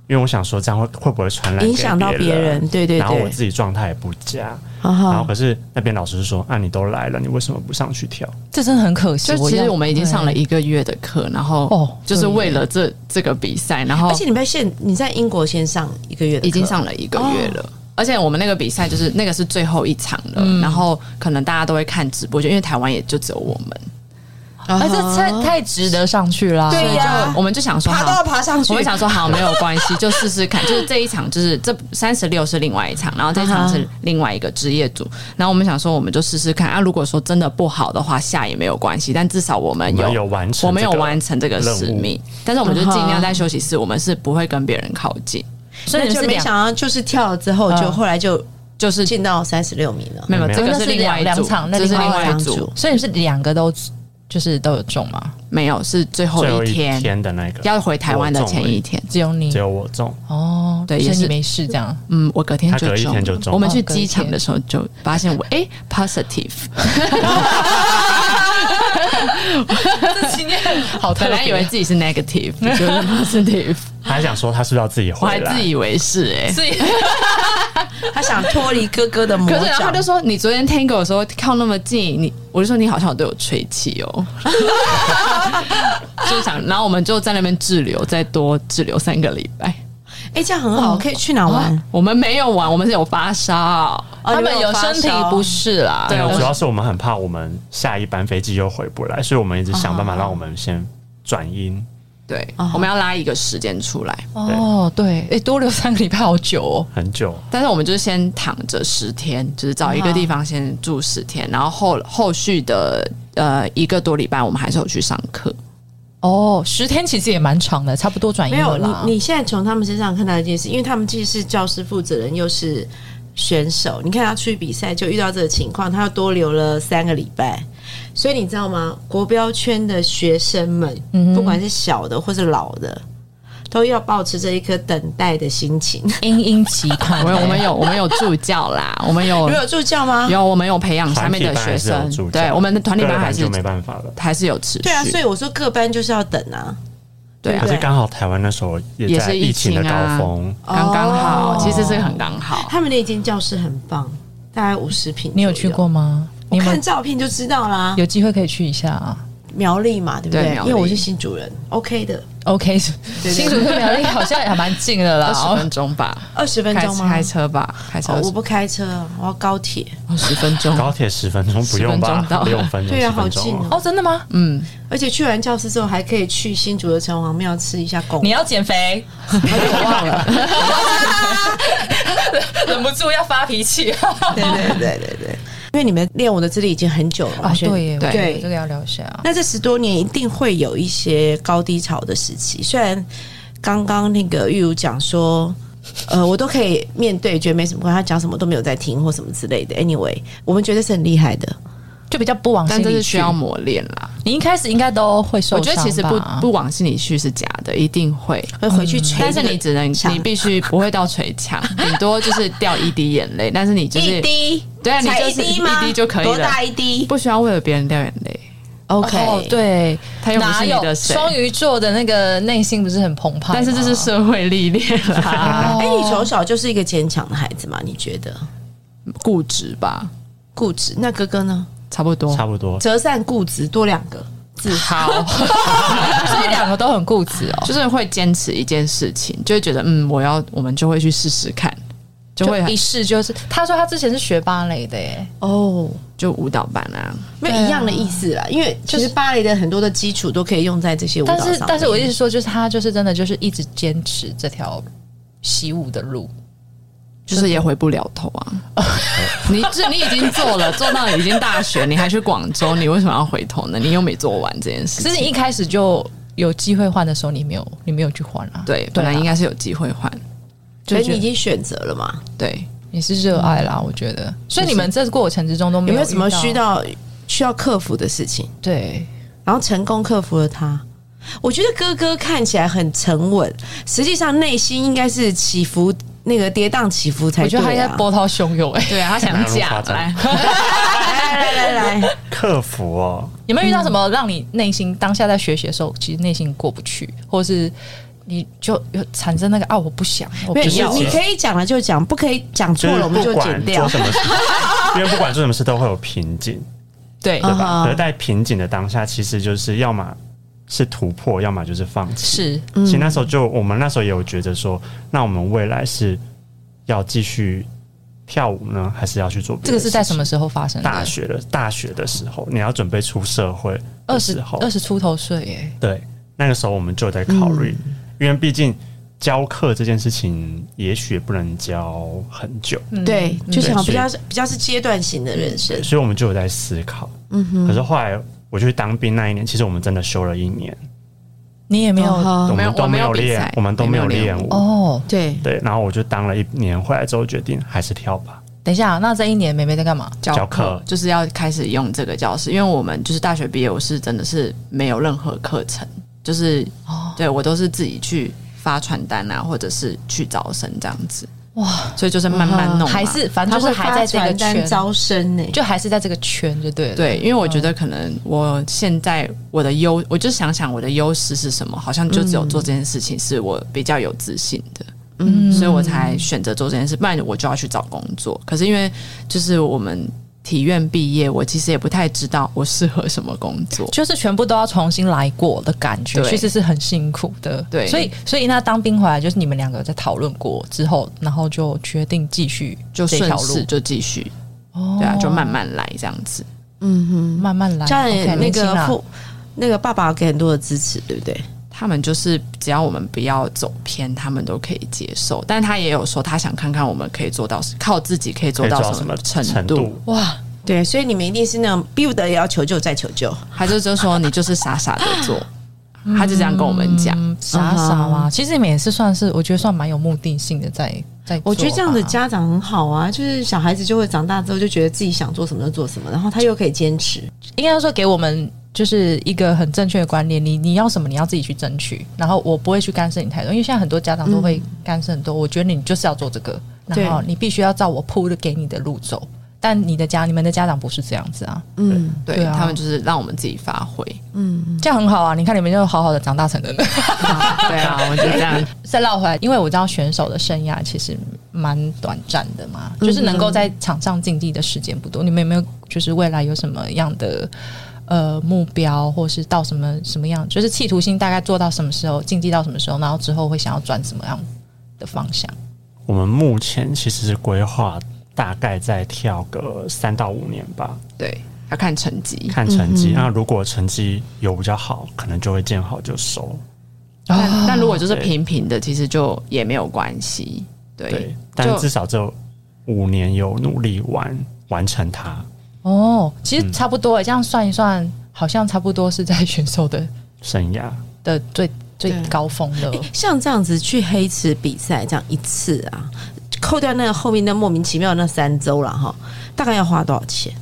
Speaker 1: 因为我想说这样会会不会传染给
Speaker 4: 影响到别人对对
Speaker 1: 然后
Speaker 4: 对
Speaker 1: 我自己状态也不佳，
Speaker 2: 啊
Speaker 4: 好
Speaker 1: 然后
Speaker 4: 好。
Speaker 1: 可是那边老师就说啊，你都来了，你为什么不上去跳？
Speaker 3: 这真的很可惜。
Speaker 2: 就其实
Speaker 3: 要
Speaker 2: 我们已经上了一个月的课，然后
Speaker 3: 哦
Speaker 2: 就是为了这这个比赛，然后
Speaker 4: 而且你们现你在英国先上一个月的课，
Speaker 2: 已经上了一个月了。而且我们那个比赛就是那个是最后一场了，然后可能大家都会看直播，就因为台湾也就只有我们，
Speaker 3: 而这太太值得上去啦。
Speaker 4: 对
Speaker 2: 对，
Speaker 4: 呀
Speaker 2: 就我们就想说
Speaker 4: 爬都要
Speaker 2: 好。
Speaker 4: 爬上去。
Speaker 2: 我们想说好，没有关系，就试试看。就是这一场，就是这三十六是另外一场，然后这一场是另外一个职业组。然后我们想说，我们就试试看啊。如果说真的不好的话，下也没有关系，但至少我们
Speaker 1: 我
Speaker 2: 哎有
Speaker 1: 们有完成
Speaker 2: 我们有
Speaker 1: 这个
Speaker 2: 完成这个
Speaker 1: 任务
Speaker 2: 使命。但是我们就尽量在休息室，我们是不会跟别人靠近，
Speaker 3: 所以你们
Speaker 4: 那就是没
Speaker 3: 两
Speaker 4: 想到，就是跳了之后，就
Speaker 3: 嗯
Speaker 4: 后来就
Speaker 2: 就是
Speaker 4: 进到三十六名了。
Speaker 2: 没有，
Speaker 1: 没有
Speaker 2: 这个
Speaker 3: 那
Speaker 2: 是
Speaker 3: 是
Speaker 2: 另外一
Speaker 3: 两
Speaker 2: 组，
Speaker 3: 两场那
Speaker 2: 这是
Speaker 3: 另
Speaker 2: 另
Speaker 3: 外
Speaker 4: 一
Speaker 2: 外一
Speaker 4: 组
Speaker 2: 组，
Speaker 3: 所以你是两个都就是都有中吗？
Speaker 2: 没有是最后
Speaker 1: 最后
Speaker 2: 一
Speaker 1: 一
Speaker 2: 天
Speaker 1: 天的那个
Speaker 2: 要回台湾的前一天。
Speaker 3: 只有你
Speaker 1: 只有我中，
Speaker 3: 哦，
Speaker 2: 对
Speaker 3: 所
Speaker 2: 也
Speaker 3: 以
Speaker 2: 是
Speaker 3: 你没事这样。
Speaker 2: 嗯，我隔天
Speaker 1: 他
Speaker 2: 就
Speaker 1: 隔一
Speaker 2: 中
Speaker 1: 天就
Speaker 2: 了
Speaker 1: 中哦
Speaker 2: 我们
Speaker 3: 哦
Speaker 2: 去
Speaker 3: 隔一
Speaker 2: 机场
Speaker 3: 天
Speaker 2: 的时候就发现我哎、positive，
Speaker 3: 今天好特
Speaker 2: 本来以为自己是 negative，就是 positive，
Speaker 1: 还想说他是不是要自己
Speaker 2: 我
Speaker 1: 回
Speaker 2: 还
Speaker 1: 来？
Speaker 2: 自以为是哎、
Speaker 3: 自己
Speaker 4: 他想脱离哥哥的魔
Speaker 2: 可是然后
Speaker 4: 掌
Speaker 2: 他就，说：“你昨天 tango 的时候靠那么近，你我就说你好像有对我吹气 哦，就想，然后我们就在那边滞留，再多滞留三个礼拜。哦
Speaker 4: 哎，这样很好，可以去哪玩？
Speaker 2: 我们没有玩，我们是有发烧，
Speaker 4: 哦
Speaker 3: 他们有身体不。适啦，
Speaker 2: 对
Speaker 1: 没有
Speaker 2: 我
Speaker 1: 哎主要是我们很怕我们下一班飞机又回不来，所以我们一直想办法让我们先转阴。
Speaker 2: 对，我们要拉一个时间出来，
Speaker 3: 哦，对，哎，多留三个礼拜好久哦。
Speaker 1: 很久，
Speaker 2: 但是我们就是先躺着十天，就是找一个地方先住十天，然后后后续的呃一个多礼拜，我们还是有去上课。
Speaker 3: 哦，十天其实也蛮长的，差不多转移
Speaker 4: 没
Speaker 3: 了
Speaker 4: 有，
Speaker 3: 啦。
Speaker 4: 你你现在从他们身上看到一件事，因为他们既是教师负责人，又是选手。你看他去比赛就遇到这个情况，他又多留了三个礼拜。所以你知道吗？国标圈的学生们，不管是小的或是老的，都要保持着一颗等待的心情。
Speaker 3: 殷殷期盼，
Speaker 2: 我们我们有我们有助教 啦，我们 有
Speaker 4: 你们有助教吗？
Speaker 2: 有我们有培养嗯下
Speaker 1: 团
Speaker 2: 面
Speaker 1: 体
Speaker 2: 的
Speaker 1: 班
Speaker 2: 学
Speaker 1: 还是有
Speaker 2: 生
Speaker 1: 助，教
Speaker 2: 对我们的团体
Speaker 1: 个
Speaker 2: 班
Speaker 1: 人
Speaker 2: 还是
Speaker 1: 就没办法了。
Speaker 2: 还是有持续，
Speaker 4: 对啊，所以我说各班就是要等啊。
Speaker 2: 对啊
Speaker 1: 可是刚好台湾那时候也
Speaker 2: 也
Speaker 1: 在
Speaker 2: 是
Speaker 1: 疫
Speaker 2: 疫
Speaker 1: 情的
Speaker 2: 情
Speaker 1: 高
Speaker 2: 啊
Speaker 1: 峰，
Speaker 2: 刚刚好，
Speaker 4: 哦
Speaker 2: 其实这个很刚好。
Speaker 4: 他们那间教室很棒，大概五十平。
Speaker 3: 你有去过？吗？
Speaker 4: 我
Speaker 3: 你有没
Speaker 4: 看
Speaker 3: 有
Speaker 4: 照片就知道啦。
Speaker 3: 有机会可以去一下啊。
Speaker 4: 苗栗嘛，对不对
Speaker 2: 对？苗
Speaker 4: 因
Speaker 2: 栗
Speaker 4: 为我是新主人，OK 的，
Speaker 3: OK，新竹跟苗栗好像也还蛮近的
Speaker 2: 二
Speaker 3: 啦。
Speaker 2: 十分钟吧，
Speaker 4: 二十分
Speaker 2: 开
Speaker 4: 钟吗？
Speaker 2: 开车吧，开车
Speaker 4: 哦，我不开车，我要高铁。
Speaker 2: 二十分钟，
Speaker 1: 高铁十分钟不用吧
Speaker 2: 嗯10分钟 到，
Speaker 1: 六分钟
Speaker 4: 对
Speaker 1: 十
Speaker 4: 啊，好
Speaker 1: 分
Speaker 4: 近
Speaker 1: 钟哦。
Speaker 4: 哦。
Speaker 3: 哦，真的吗？
Speaker 4: 而且去完教室之后，还可以去新竹的城隍庙吃一下贡
Speaker 3: 你。要减 肥，哎
Speaker 2: 我忘了。
Speaker 3: 忍不住要发脾气。
Speaker 4: 对对对对对，因为你们练舞的资历已经很久了嘛，
Speaker 3: 哦，
Speaker 4: 所以
Speaker 3: 对耶，
Speaker 2: 啊对
Speaker 3: 我觉得这个要聊一下。啊
Speaker 4: 那这十多年一定会有一些高低潮的时期，虽然刚刚那个玉如讲说。呃，我都可以面对，觉得没什么关系。他讲什么都没有在听，或什么之类的。Anyway，我们觉得是很厉害的。
Speaker 3: 就比较不往心
Speaker 2: 但这
Speaker 3: 里
Speaker 2: 是需
Speaker 3: 去。
Speaker 2: 要磨练啦。
Speaker 3: 你一开始应该都会受
Speaker 2: 我
Speaker 3: 伤吧
Speaker 2: 觉得其实不不往心里去是假的，一定会。
Speaker 4: 会回去捶那
Speaker 2: 嗯
Speaker 4: 个
Speaker 2: 但
Speaker 4: 墙、
Speaker 2: 是你只能，你必须不会到捶 墙，顶多就是掉一滴眼泪。但是你就是
Speaker 4: 一滴，
Speaker 2: 对啊，你
Speaker 4: 才
Speaker 2: 就
Speaker 4: 一
Speaker 2: 是
Speaker 4: 滴吗？
Speaker 2: 一滴就可以
Speaker 4: 多大
Speaker 2: 了，
Speaker 4: 一滴
Speaker 2: 不需要为了别人掉眼泪。
Speaker 4: 哎？OK，、
Speaker 3: 哦，对，
Speaker 2: 他又不是
Speaker 3: 哪
Speaker 2: 你的
Speaker 3: 有
Speaker 2: 谁
Speaker 3: 双鱼座的那个内心不是很澎湃吗？
Speaker 2: 但是这是社会啊历练 啦，
Speaker 3: 哦
Speaker 4: 哎、你从小就是一个坚强的孩子嘛？你觉得
Speaker 2: 固执吧，
Speaker 4: 固执？那哥哥呢？
Speaker 2: 差不多。
Speaker 1: 差不多，
Speaker 4: 折扇固执多两个字。
Speaker 2: 好，
Speaker 3: 所以两个都很固执哦。
Speaker 2: 就是会坚持一件事情，就会觉得嗯，我要，我们就会去试试看，就会
Speaker 3: 就一试就是，他说他之前是学芭蕾的耶，
Speaker 4: 哦，
Speaker 2: 就舞蹈班啊，
Speaker 4: 没有一样的意思
Speaker 3: 啊
Speaker 4: 啦，因为其实芭蕾的很多的基础都可以用在这些舞蹈
Speaker 3: 但
Speaker 4: 上面
Speaker 3: 是但是我一直说就是他就是真的就是一直坚持这条习武的路，
Speaker 2: 就是也回不了头 啊。你这你已经做了，做到已经大学，你还去广州，你为什么要回头呢？你又没做完这件事
Speaker 3: 可是
Speaker 2: 情。
Speaker 3: 你一开始就有机会换的时候，你没有你没有去换啊，
Speaker 2: 对，
Speaker 3: 对
Speaker 2: 本
Speaker 3: 啊
Speaker 2: 来应该是有机会换。
Speaker 4: 所以
Speaker 3: 就觉得
Speaker 4: 你已经选择了嘛？
Speaker 2: 对，
Speaker 3: 也是热爱啦，我觉得。所以你们这过程之中都没
Speaker 4: 有没有
Speaker 3: 有
Speaker 4: 什么
Speaker 3: 遇到
Speaker 4: 需？要需要克服的事情？
Speaker 3: 对，
Speaker 4: 然后成功克服了它。我觉得哥哥看起来很沉稳，实际上内心应该是起伏那个跌宕起伏才
Speaker 3: 我
Speaker 4: 对、
Speaker 3: 觉
Speaker 4: 啊。
Speaker 3: 得他应该波涛汹涌哎。
Speaker 2: 对啊，他 想
Speaker 1: 哪
Speaker 2: 嫁
Speaker 1: 有那么夸张
Speaker 2: 来，
Speaker 4: 来来来来，
Speaker 1: 克服哦，
Speaker 3: 有没有遇到
Speaker 4: 嗯
Speaker 3: 什么让你内心当下在学习的时候，其实内心过不去，或是你就有产生那个啊，我不想，我不
Speaker 4: 没
Speaker 3: 要
Speaker 4: 有，
Speaker 1: 就是
Speaker 4: 你可以讲了就讲，不可以讲错
Speaker 1: 就是
Speaker 4: 了我们
Speaker 1: 不
Speaker 4: 就
Speaker 1: 管
Speaker 4: 剪掉
Speaker 1: 做。什么事， 因为不管做什么事都会有瓶颈，
Speaker 3: 对
Speaker 1: 对吧？
Speaker 4: 啊
Speaker 1: 而在瓶颈的当下，其实就是要么是突破，要么就是放弃。
Speaker 3: 是嗯
Speaker 1: 其实那时候就我们那时候也有觉得说，那我们未来是要继续跳舞呢，还是要去做别
Speaker 3: 这
Speaker 1: 的
Speaker 3: 个是在
Speaker 1: 事情
Speaker 3: 什么时候发生的？
Speaker 1: 大学的大学的时候，你要准备出社会
Speaker 3: 二
Speaker 1: 的
Speaker 3: 十
Speaker 1: 时候，
Speaker 3: 二十出头岁欸耶，
Speaker 1: 对，那个时候我们就在考虑，
Speaker 3: 嗯
Speaker 1: 因为毕竟教课这件事情，也许也不能教很久，
Speaker 3: 嗯
Speaker 4: 嗯对，就想
Speaker 1: 对
Speaker 4: 比较比较是阶段型的人生，
Speaker 1: 所以我们就有在思考。嗯哼。可是后来我去当兵那一年，其实我们真的休了一年，
Speaker 3: 你也没有
Speaker 2: 哦
Speaker 1: 我
Speaker 2: 没有
Speaker 1: 们都
Speaker 2: 我没有比
Speaker 1: 练
Speaker 2: 赛，
Speaker 1: 我们都没有
Speaker 2: 没有
Speaker 1: 练
Speaker 2: 练
Speaker 1: 舞。
Speaker 3: 哦。
Speaker 4: 对，
Speaker 1: 对，然后我就当了一年，回来之后决定还是跳吧。
Speaker 3: 等一下，那这一年梅梅在干嘛？
Speaker 1: 教
Speaker 2: 教
Speaker 1: 课
Speaker 2: 课就是要开始用这个教室，因为我们就是大学毕业，我是真的是没有任何课程，就是、对我都是自己去发传单啊，或者是去招生这样子。哇，所以就是慢慢弄嘛、
Speaker 3: 还是反正就是还在这个
Speaker 4: 他会发传单
Speaker 3: 圈，
Speaker 4: 招生呢、
Speaker 3: 就还是在这个圈就对了。
Speaker 2: 对，因为我觉
Speaker 1: 嗯
Speaker 2: 得可能我现在我的优，我就想想我的优势是什么，好像就只有做这件事
Speaker 1: 嗯
Speaker 2: 情是我比较有自信的，嗯，所以我才选择做这件事，不然我就要去找工作。可是因为就是我们体院毕业，我其实也不太知道我适合什么工作。
Speaker 3: 就是全部都要重新来过的感觉，
Speaker 2: 对
Speaker 3: 其实是很辛苦的。
Speaker 2: 对
Speaker 3: 所以所以那当兵回来，就是你们两个在讨论过之后，然后就决定继续
Speaker 2: 就
Speaker 3: 这
Speaker 2: 顺
Speaker 3: 条
Speaker 2: 势
Speaker 3: 路，
Speaker 2: 就继续，对
Speaker 1: 哦
Speaker 2: 啊，就慢慢来这样子。
Speaker 3: 慢慢来。
Speaker 4: 家人
Speaker 3: OK，
Speaker 4: 那
Speaker 3: 年轻
Speaker 4: 个
Speaker 3: 啊
Speaker 4: 父那个爸爸给很多的支持，对不对？
Speaker 2: 他们就是只要我们不要走偏，他们都可以接受。但他也有说，他想看看我们可以做到靠自己可以
Speaker 1: 可
Speaker 2: 做
Speaker 1: 以
Speaker 2: 到
Speaker 1: 做到
Speaker 2: 什
Speaker 1: 什
Speaker 2: 么
Speaker 1: 么
Speaker 2: 程度。
Speaker 1: 程度？
Speaker 3: 哇，
Speaker 4: 对，所以你们一定是那种逼不得已要求救再求救，
Speaker 2: 他就就说你就是傻傻的做，他就这样跟我们讲。
Speaker 3: 嗯傻傻嘛，其实你们也是算是，我觉得算蛮有目的性的在，在
Speaker 4: 我觉得这样的
Speaker 3: 家
Speaker 4: 家长很好啊，就是小孩子就会长大之后就觉得自己想做什么就做什么，然后他又可以坚持。
Speaker 3: 应该说给我们就是一个很正确的观念，你你要什么你要自己去争取，然后我不会去干涉你太多，因为现在很多家长都会干涉很多，我觉得你就是要做这个，
Speaker 4: 对
Speaker 3: 然后你必须要照我铺的给你的路走，但你的家你们的家长不是这样子啊，
Speaker 4: 嗯，
Speaker 2: 对
Speaker 3: 对啊
Speaker 2: 他们就是让我们自己发挥。
Speaker 3: 这样很好啊，你看你们就好好的长大成人了。
Speaker 2: 对啊，我就这样。
Speaker 3: 再绕回来，因为我知道选手的生涯其实蛮短暂的嘛，就是能够在场上竞技的时间不多。你们有没有就是未来有什么样的呃目标，或是到什么什么样，就是企图心大概做到什么时候，竞技到什么时候，然后之后会想要转什么样的方向？
Speaker 1: 我们目前其实是规划大概再跳个三到五年吧，
Speaker 2: 对，要看成绩。
Speaker 1: 看成绩。那如果成绩有比较好，可能就会见好就收。
Speaker 2: 但但如果就是
Speaker 1: 对
Speaker 2: 平平的，其实就也没有关系。对
Speaker 1: 对，，但
Speaker 2: 就
Speaker 1: 至少这五年有努力完完成它。
Speaker 3: 哦，其实差不多、欸，这样算一算，好像差不多是在选手的
Speaker 1: 生涯
Speaker 3: 的最最
Speaker 4: 对
Speaker 3: 高峰
Speaker 2: 哦
Speaker 3: 了。
Speaker 4: 像这样子去黑池比赛这样一次啊，扣掉那个后面那莫名其妙的那三周了哈，大概要花多少钱？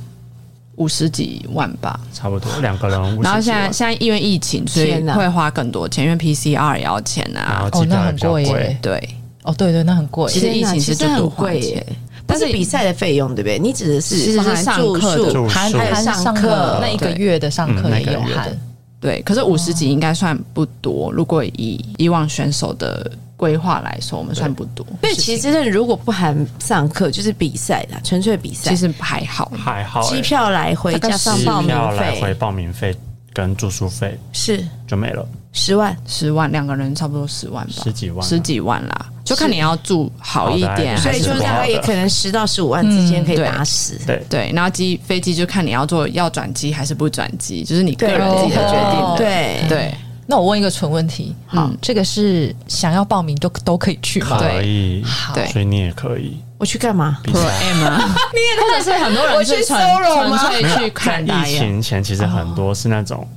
Speaker 2: 五十几万吧。
Speaker 1: 差不多两个人五
Speaker 2: 然后
Speaker 1: 十几
Speaker 2: 现在
Speaker 1: 万，
Speaker 2: 现在因为疫情，所以
Speaker 4: 天哪
Speaker 2: 会花更多钱，因为 PCR 也要钱
Speaker 1: 然
Speaker 2: 啊
Speaker 1: 后。
Speaker 3: 哦
Speaker 1: 机，
Speaker 3: 那
Speaker 1: 票也
Speaker 3: 很
Speaker 1: 比较
Speaker 3: 贵耶、
Speaker 1: 贵。
Speaker 2: 对，
Speaker 3: 哦，对对，那很贵。
Speaker 2: 其实
Speaker 4: 天哪
Speaker 2: 疫情
Speaker 4: 其
Speaker 2: 是
Speaker 4: 实
Speaker 2: 就
Speaker 4: 很
Speaker 2: 多花
Speaker 4: 贵
Speaker 2: 钱
Speaker 4: 耶，不是
Speaker 2: 但是
Speaker 4: 比赛的费用对不对？你指的是
Speaker 2: 其实是
Speaker 4: 包含
Speaker 2: 上
Speaker 4: 住
Speaker 2: 课的
Speaker 4: 宿
Speaker 1: 住
Speaker 3: 含
Speaker 1: 宿
Speaker 3: 含
Speaker 4: 还有上
Speaker 3: 上
Speaker 4: 课
Speaker 3: 课那一个月的上课
Speaker 1: 嗯那
Speaker 3: 也
Speaker 1: 个
Speaker 3: 有
Speaker 1: 月的
Speaker 3: 含，
Speaker 2: 对，可是五十几应该算不多。如果以以往选手的规划来说，我们算不多，
Speaker 4: 对，其实真的如果不含上课，就是比赛啦，纯粹比赛，
Speaker 2: 其实还好。
Speaker 1: 还好、欸，
Speaker 4: 机票来回
Speaker 2: 大概
Speaker 4: 加上
Speaker 1: 机
Speaker 4: 报名
Speaker 1: 票来回
Speaker 4: 费
Speaker 1: 报名费跟住宿费
Speaker 4: 是
Speaker 1: 就没了，
Speaker 4: 十万，
Speaker 2: 十万两个人差不多十万吧，
Speaker 1: 十几万啊
Speaker 2: 十几万啦，就看你要住好一点，
Speaker 4: 所
Speaker 1: 好的
Speaker 2: 还
Speaker 4: 以
Speaker 2: 是
Speaker 4: 就
Speaker 1: 还
Speaker 4: 是
Speaker 1: 不
Speaker 4: 大
Speaker 1: 好
Speaker 4: 概也
Speaker 1: 的
Speaker 4: 可能十到十五万之
Speaker 2: 嗯
Speaker 4: 间可以打死。
Speaker 1: 对。
Speaker 2: 对，然后机飞机就看你要做要转机还是不转机，就是你个人自己的决定的。
Speaker 4: 对
Speaker 2: 哦对
Speaker 3: 那我问一个蠢问题，好，
Speaker 2: 嗯
Speaker 3: 这个是想要报名都都可以去吗？
Speaker 1: 可以，
Speaker 2: 对
Speaker 1: 所以你也可以
Speaker 4: 我去干嘛？
Speaker 1: 比
Speaker 2: ，Pro
Speaker 1: 赛。
Speaker 2: M 啊，或者是很多人是纯纯粹去
Speaker 1: 在
Speaker 2: 看打
Speaker 1: 疫
Speaker 2: 野。
Speaker 1: 情前，其实很多是那种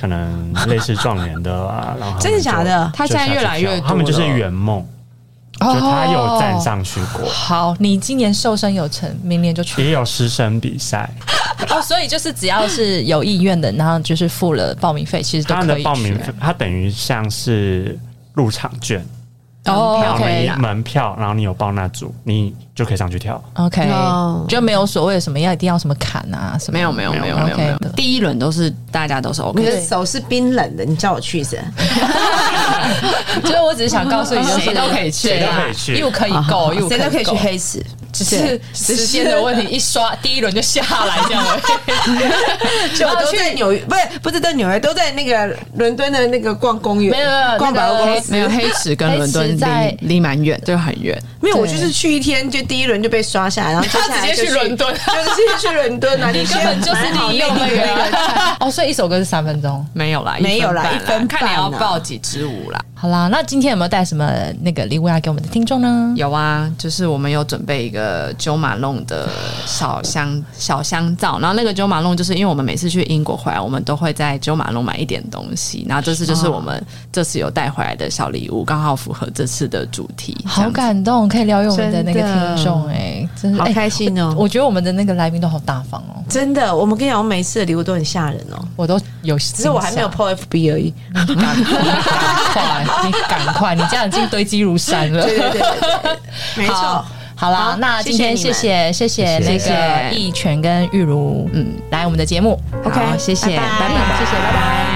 Speaker 1: 可能类似状元的啊，
Speaker 2: 哦
Speaker 1: 然后他们就
Speaker 4: 真的假的
Speaker 2: 他现在越来越多了
Speaker 1: 他们就是圆梦，就他有站上去
Speaker 3: 哦
Speaker 1: 过，
Speaker 2: 哦
Speaker 3: 好，你今年瘦身有成，明年就去
Speaker 1: 也有师生比赛，
Speaker 3: 哦。所以就是只要是有意愿的，然后就是付了报名费，其实都
Speaker 1: 他们
Speaker 3: 可
Speaker 1: 的
Speaker 3: 以
Speaker 1: 报名
Speaker 3: 去。
Speaker 1: 费，他等于像是入场券，
Speaker 3: 哦
Speaker 1: 然后
Speaker 3: ，OK
Speaker 1: 你门票，然后你有报那组，你就可以上去跳。
Speaker 3: OK，
Speaker 4: 哦
Speaker 3: 就没有所谓什么要一定要什么砍啊什么。
Speaker 2: 没有没有没有没有没有
Speaker 3: OK 的，
Speaker 2: 第一轮都是大家都是 OK
Speaker 4: 你
Speaker 2: 的
Speaker 4: 的手是冰冷的，你叫我去是？
Speaker 3: 就是我只是想告诉你，就是
Speaker 2: 谁都可以去
Speaker 3: 谁都
Speaker 2: 啊
Speaker 3: 可以去又可以够，又
Speaker 4: 谁都可以去
Speaker 3: 够，
Speaker 4: 黑池，
Speaker 3: 只是时间的问题，一刷第一轮就下来这样而已。 哦就
Speaker 4: 我都在纽约，不是不是在纽约，都在那个伦敦的那个逛公园，
Speaker 3: 没有没有
Speaker 4: 逛百货公司。
Speaker 2: 没有黑池跟伦
Speaker 3: 黑
Speaker 2: 敦
Speaker 3: 池在
Speaker 2: 离离蛮远，就很远。
Speaker 4: 没没有，我就是去一天就第一轮就被刷下来，然后接下来就
Speaker 3: 直接去伦敦
Speaker 4: 就是直接去伦敦啊 啊！你
Speaker 3: 根本就是利用了
Speaker 4: 人。啊
Speaker 3: 人才哦，所以一首歌是三分钟。
Speaker 2: 没有啦，
Speaker 4: 没有啦
Speaker 2: 一分半
Speaker 4: 一分
Speaker 2: 看你要
Speaker 4: 半啊
Speaker 2: 报几支舞啦。
Speaker 3: 好啦，那今天有没有带什么那个礼物要给我们的听众呢？
Speaker 2: 有啊，就是我们有准备一个九马弄的小香小香皂，然后那个九马弄就是因为我们每次去英国回来，我们都会在九马弄买一点东西，然后这次就是我们这次有带回来的小礼物，刚好符合这次的主题。
Speaker 3: 好感动，可以疗愈我们的那个听众哎、真是
Speaker 4: 好
Speaker 3: 哎
Speaker 4: 开心哦
Speaker 3: 我觉得我们的那个来宾都好大方哦，
Speaker 4: 真的，我们跟你讲，我每一次的礼物都很吓人哦，
Speaker 3: 我都有，
Speaker 4: 只
Speaker 3: 只
Speaker 4: 是我啊还没有 PO FB 而已。
Speaker 3: 你赶快，你 赶快，你这样已经堆积如山了。
Speaker 4: 对对对对对，没错
Speaker 3: 好。好啦，
Speaker 4: 好
Speaker 3: 那今天
Speaker 4: 谢
Speaker 3: 谢谢
Speaker 4: 谢
Speaker 3: 谢谢那
Speaker 2: 谢谢
Speaker 3: 个一泉跟玉茹，嗯，来我们的节目
Speaker 2: 这样子好谢谢，
Speaker 4: 拜拜
Speaker 2: 拜拜，
Speaker 3: 谢谢，拜拜。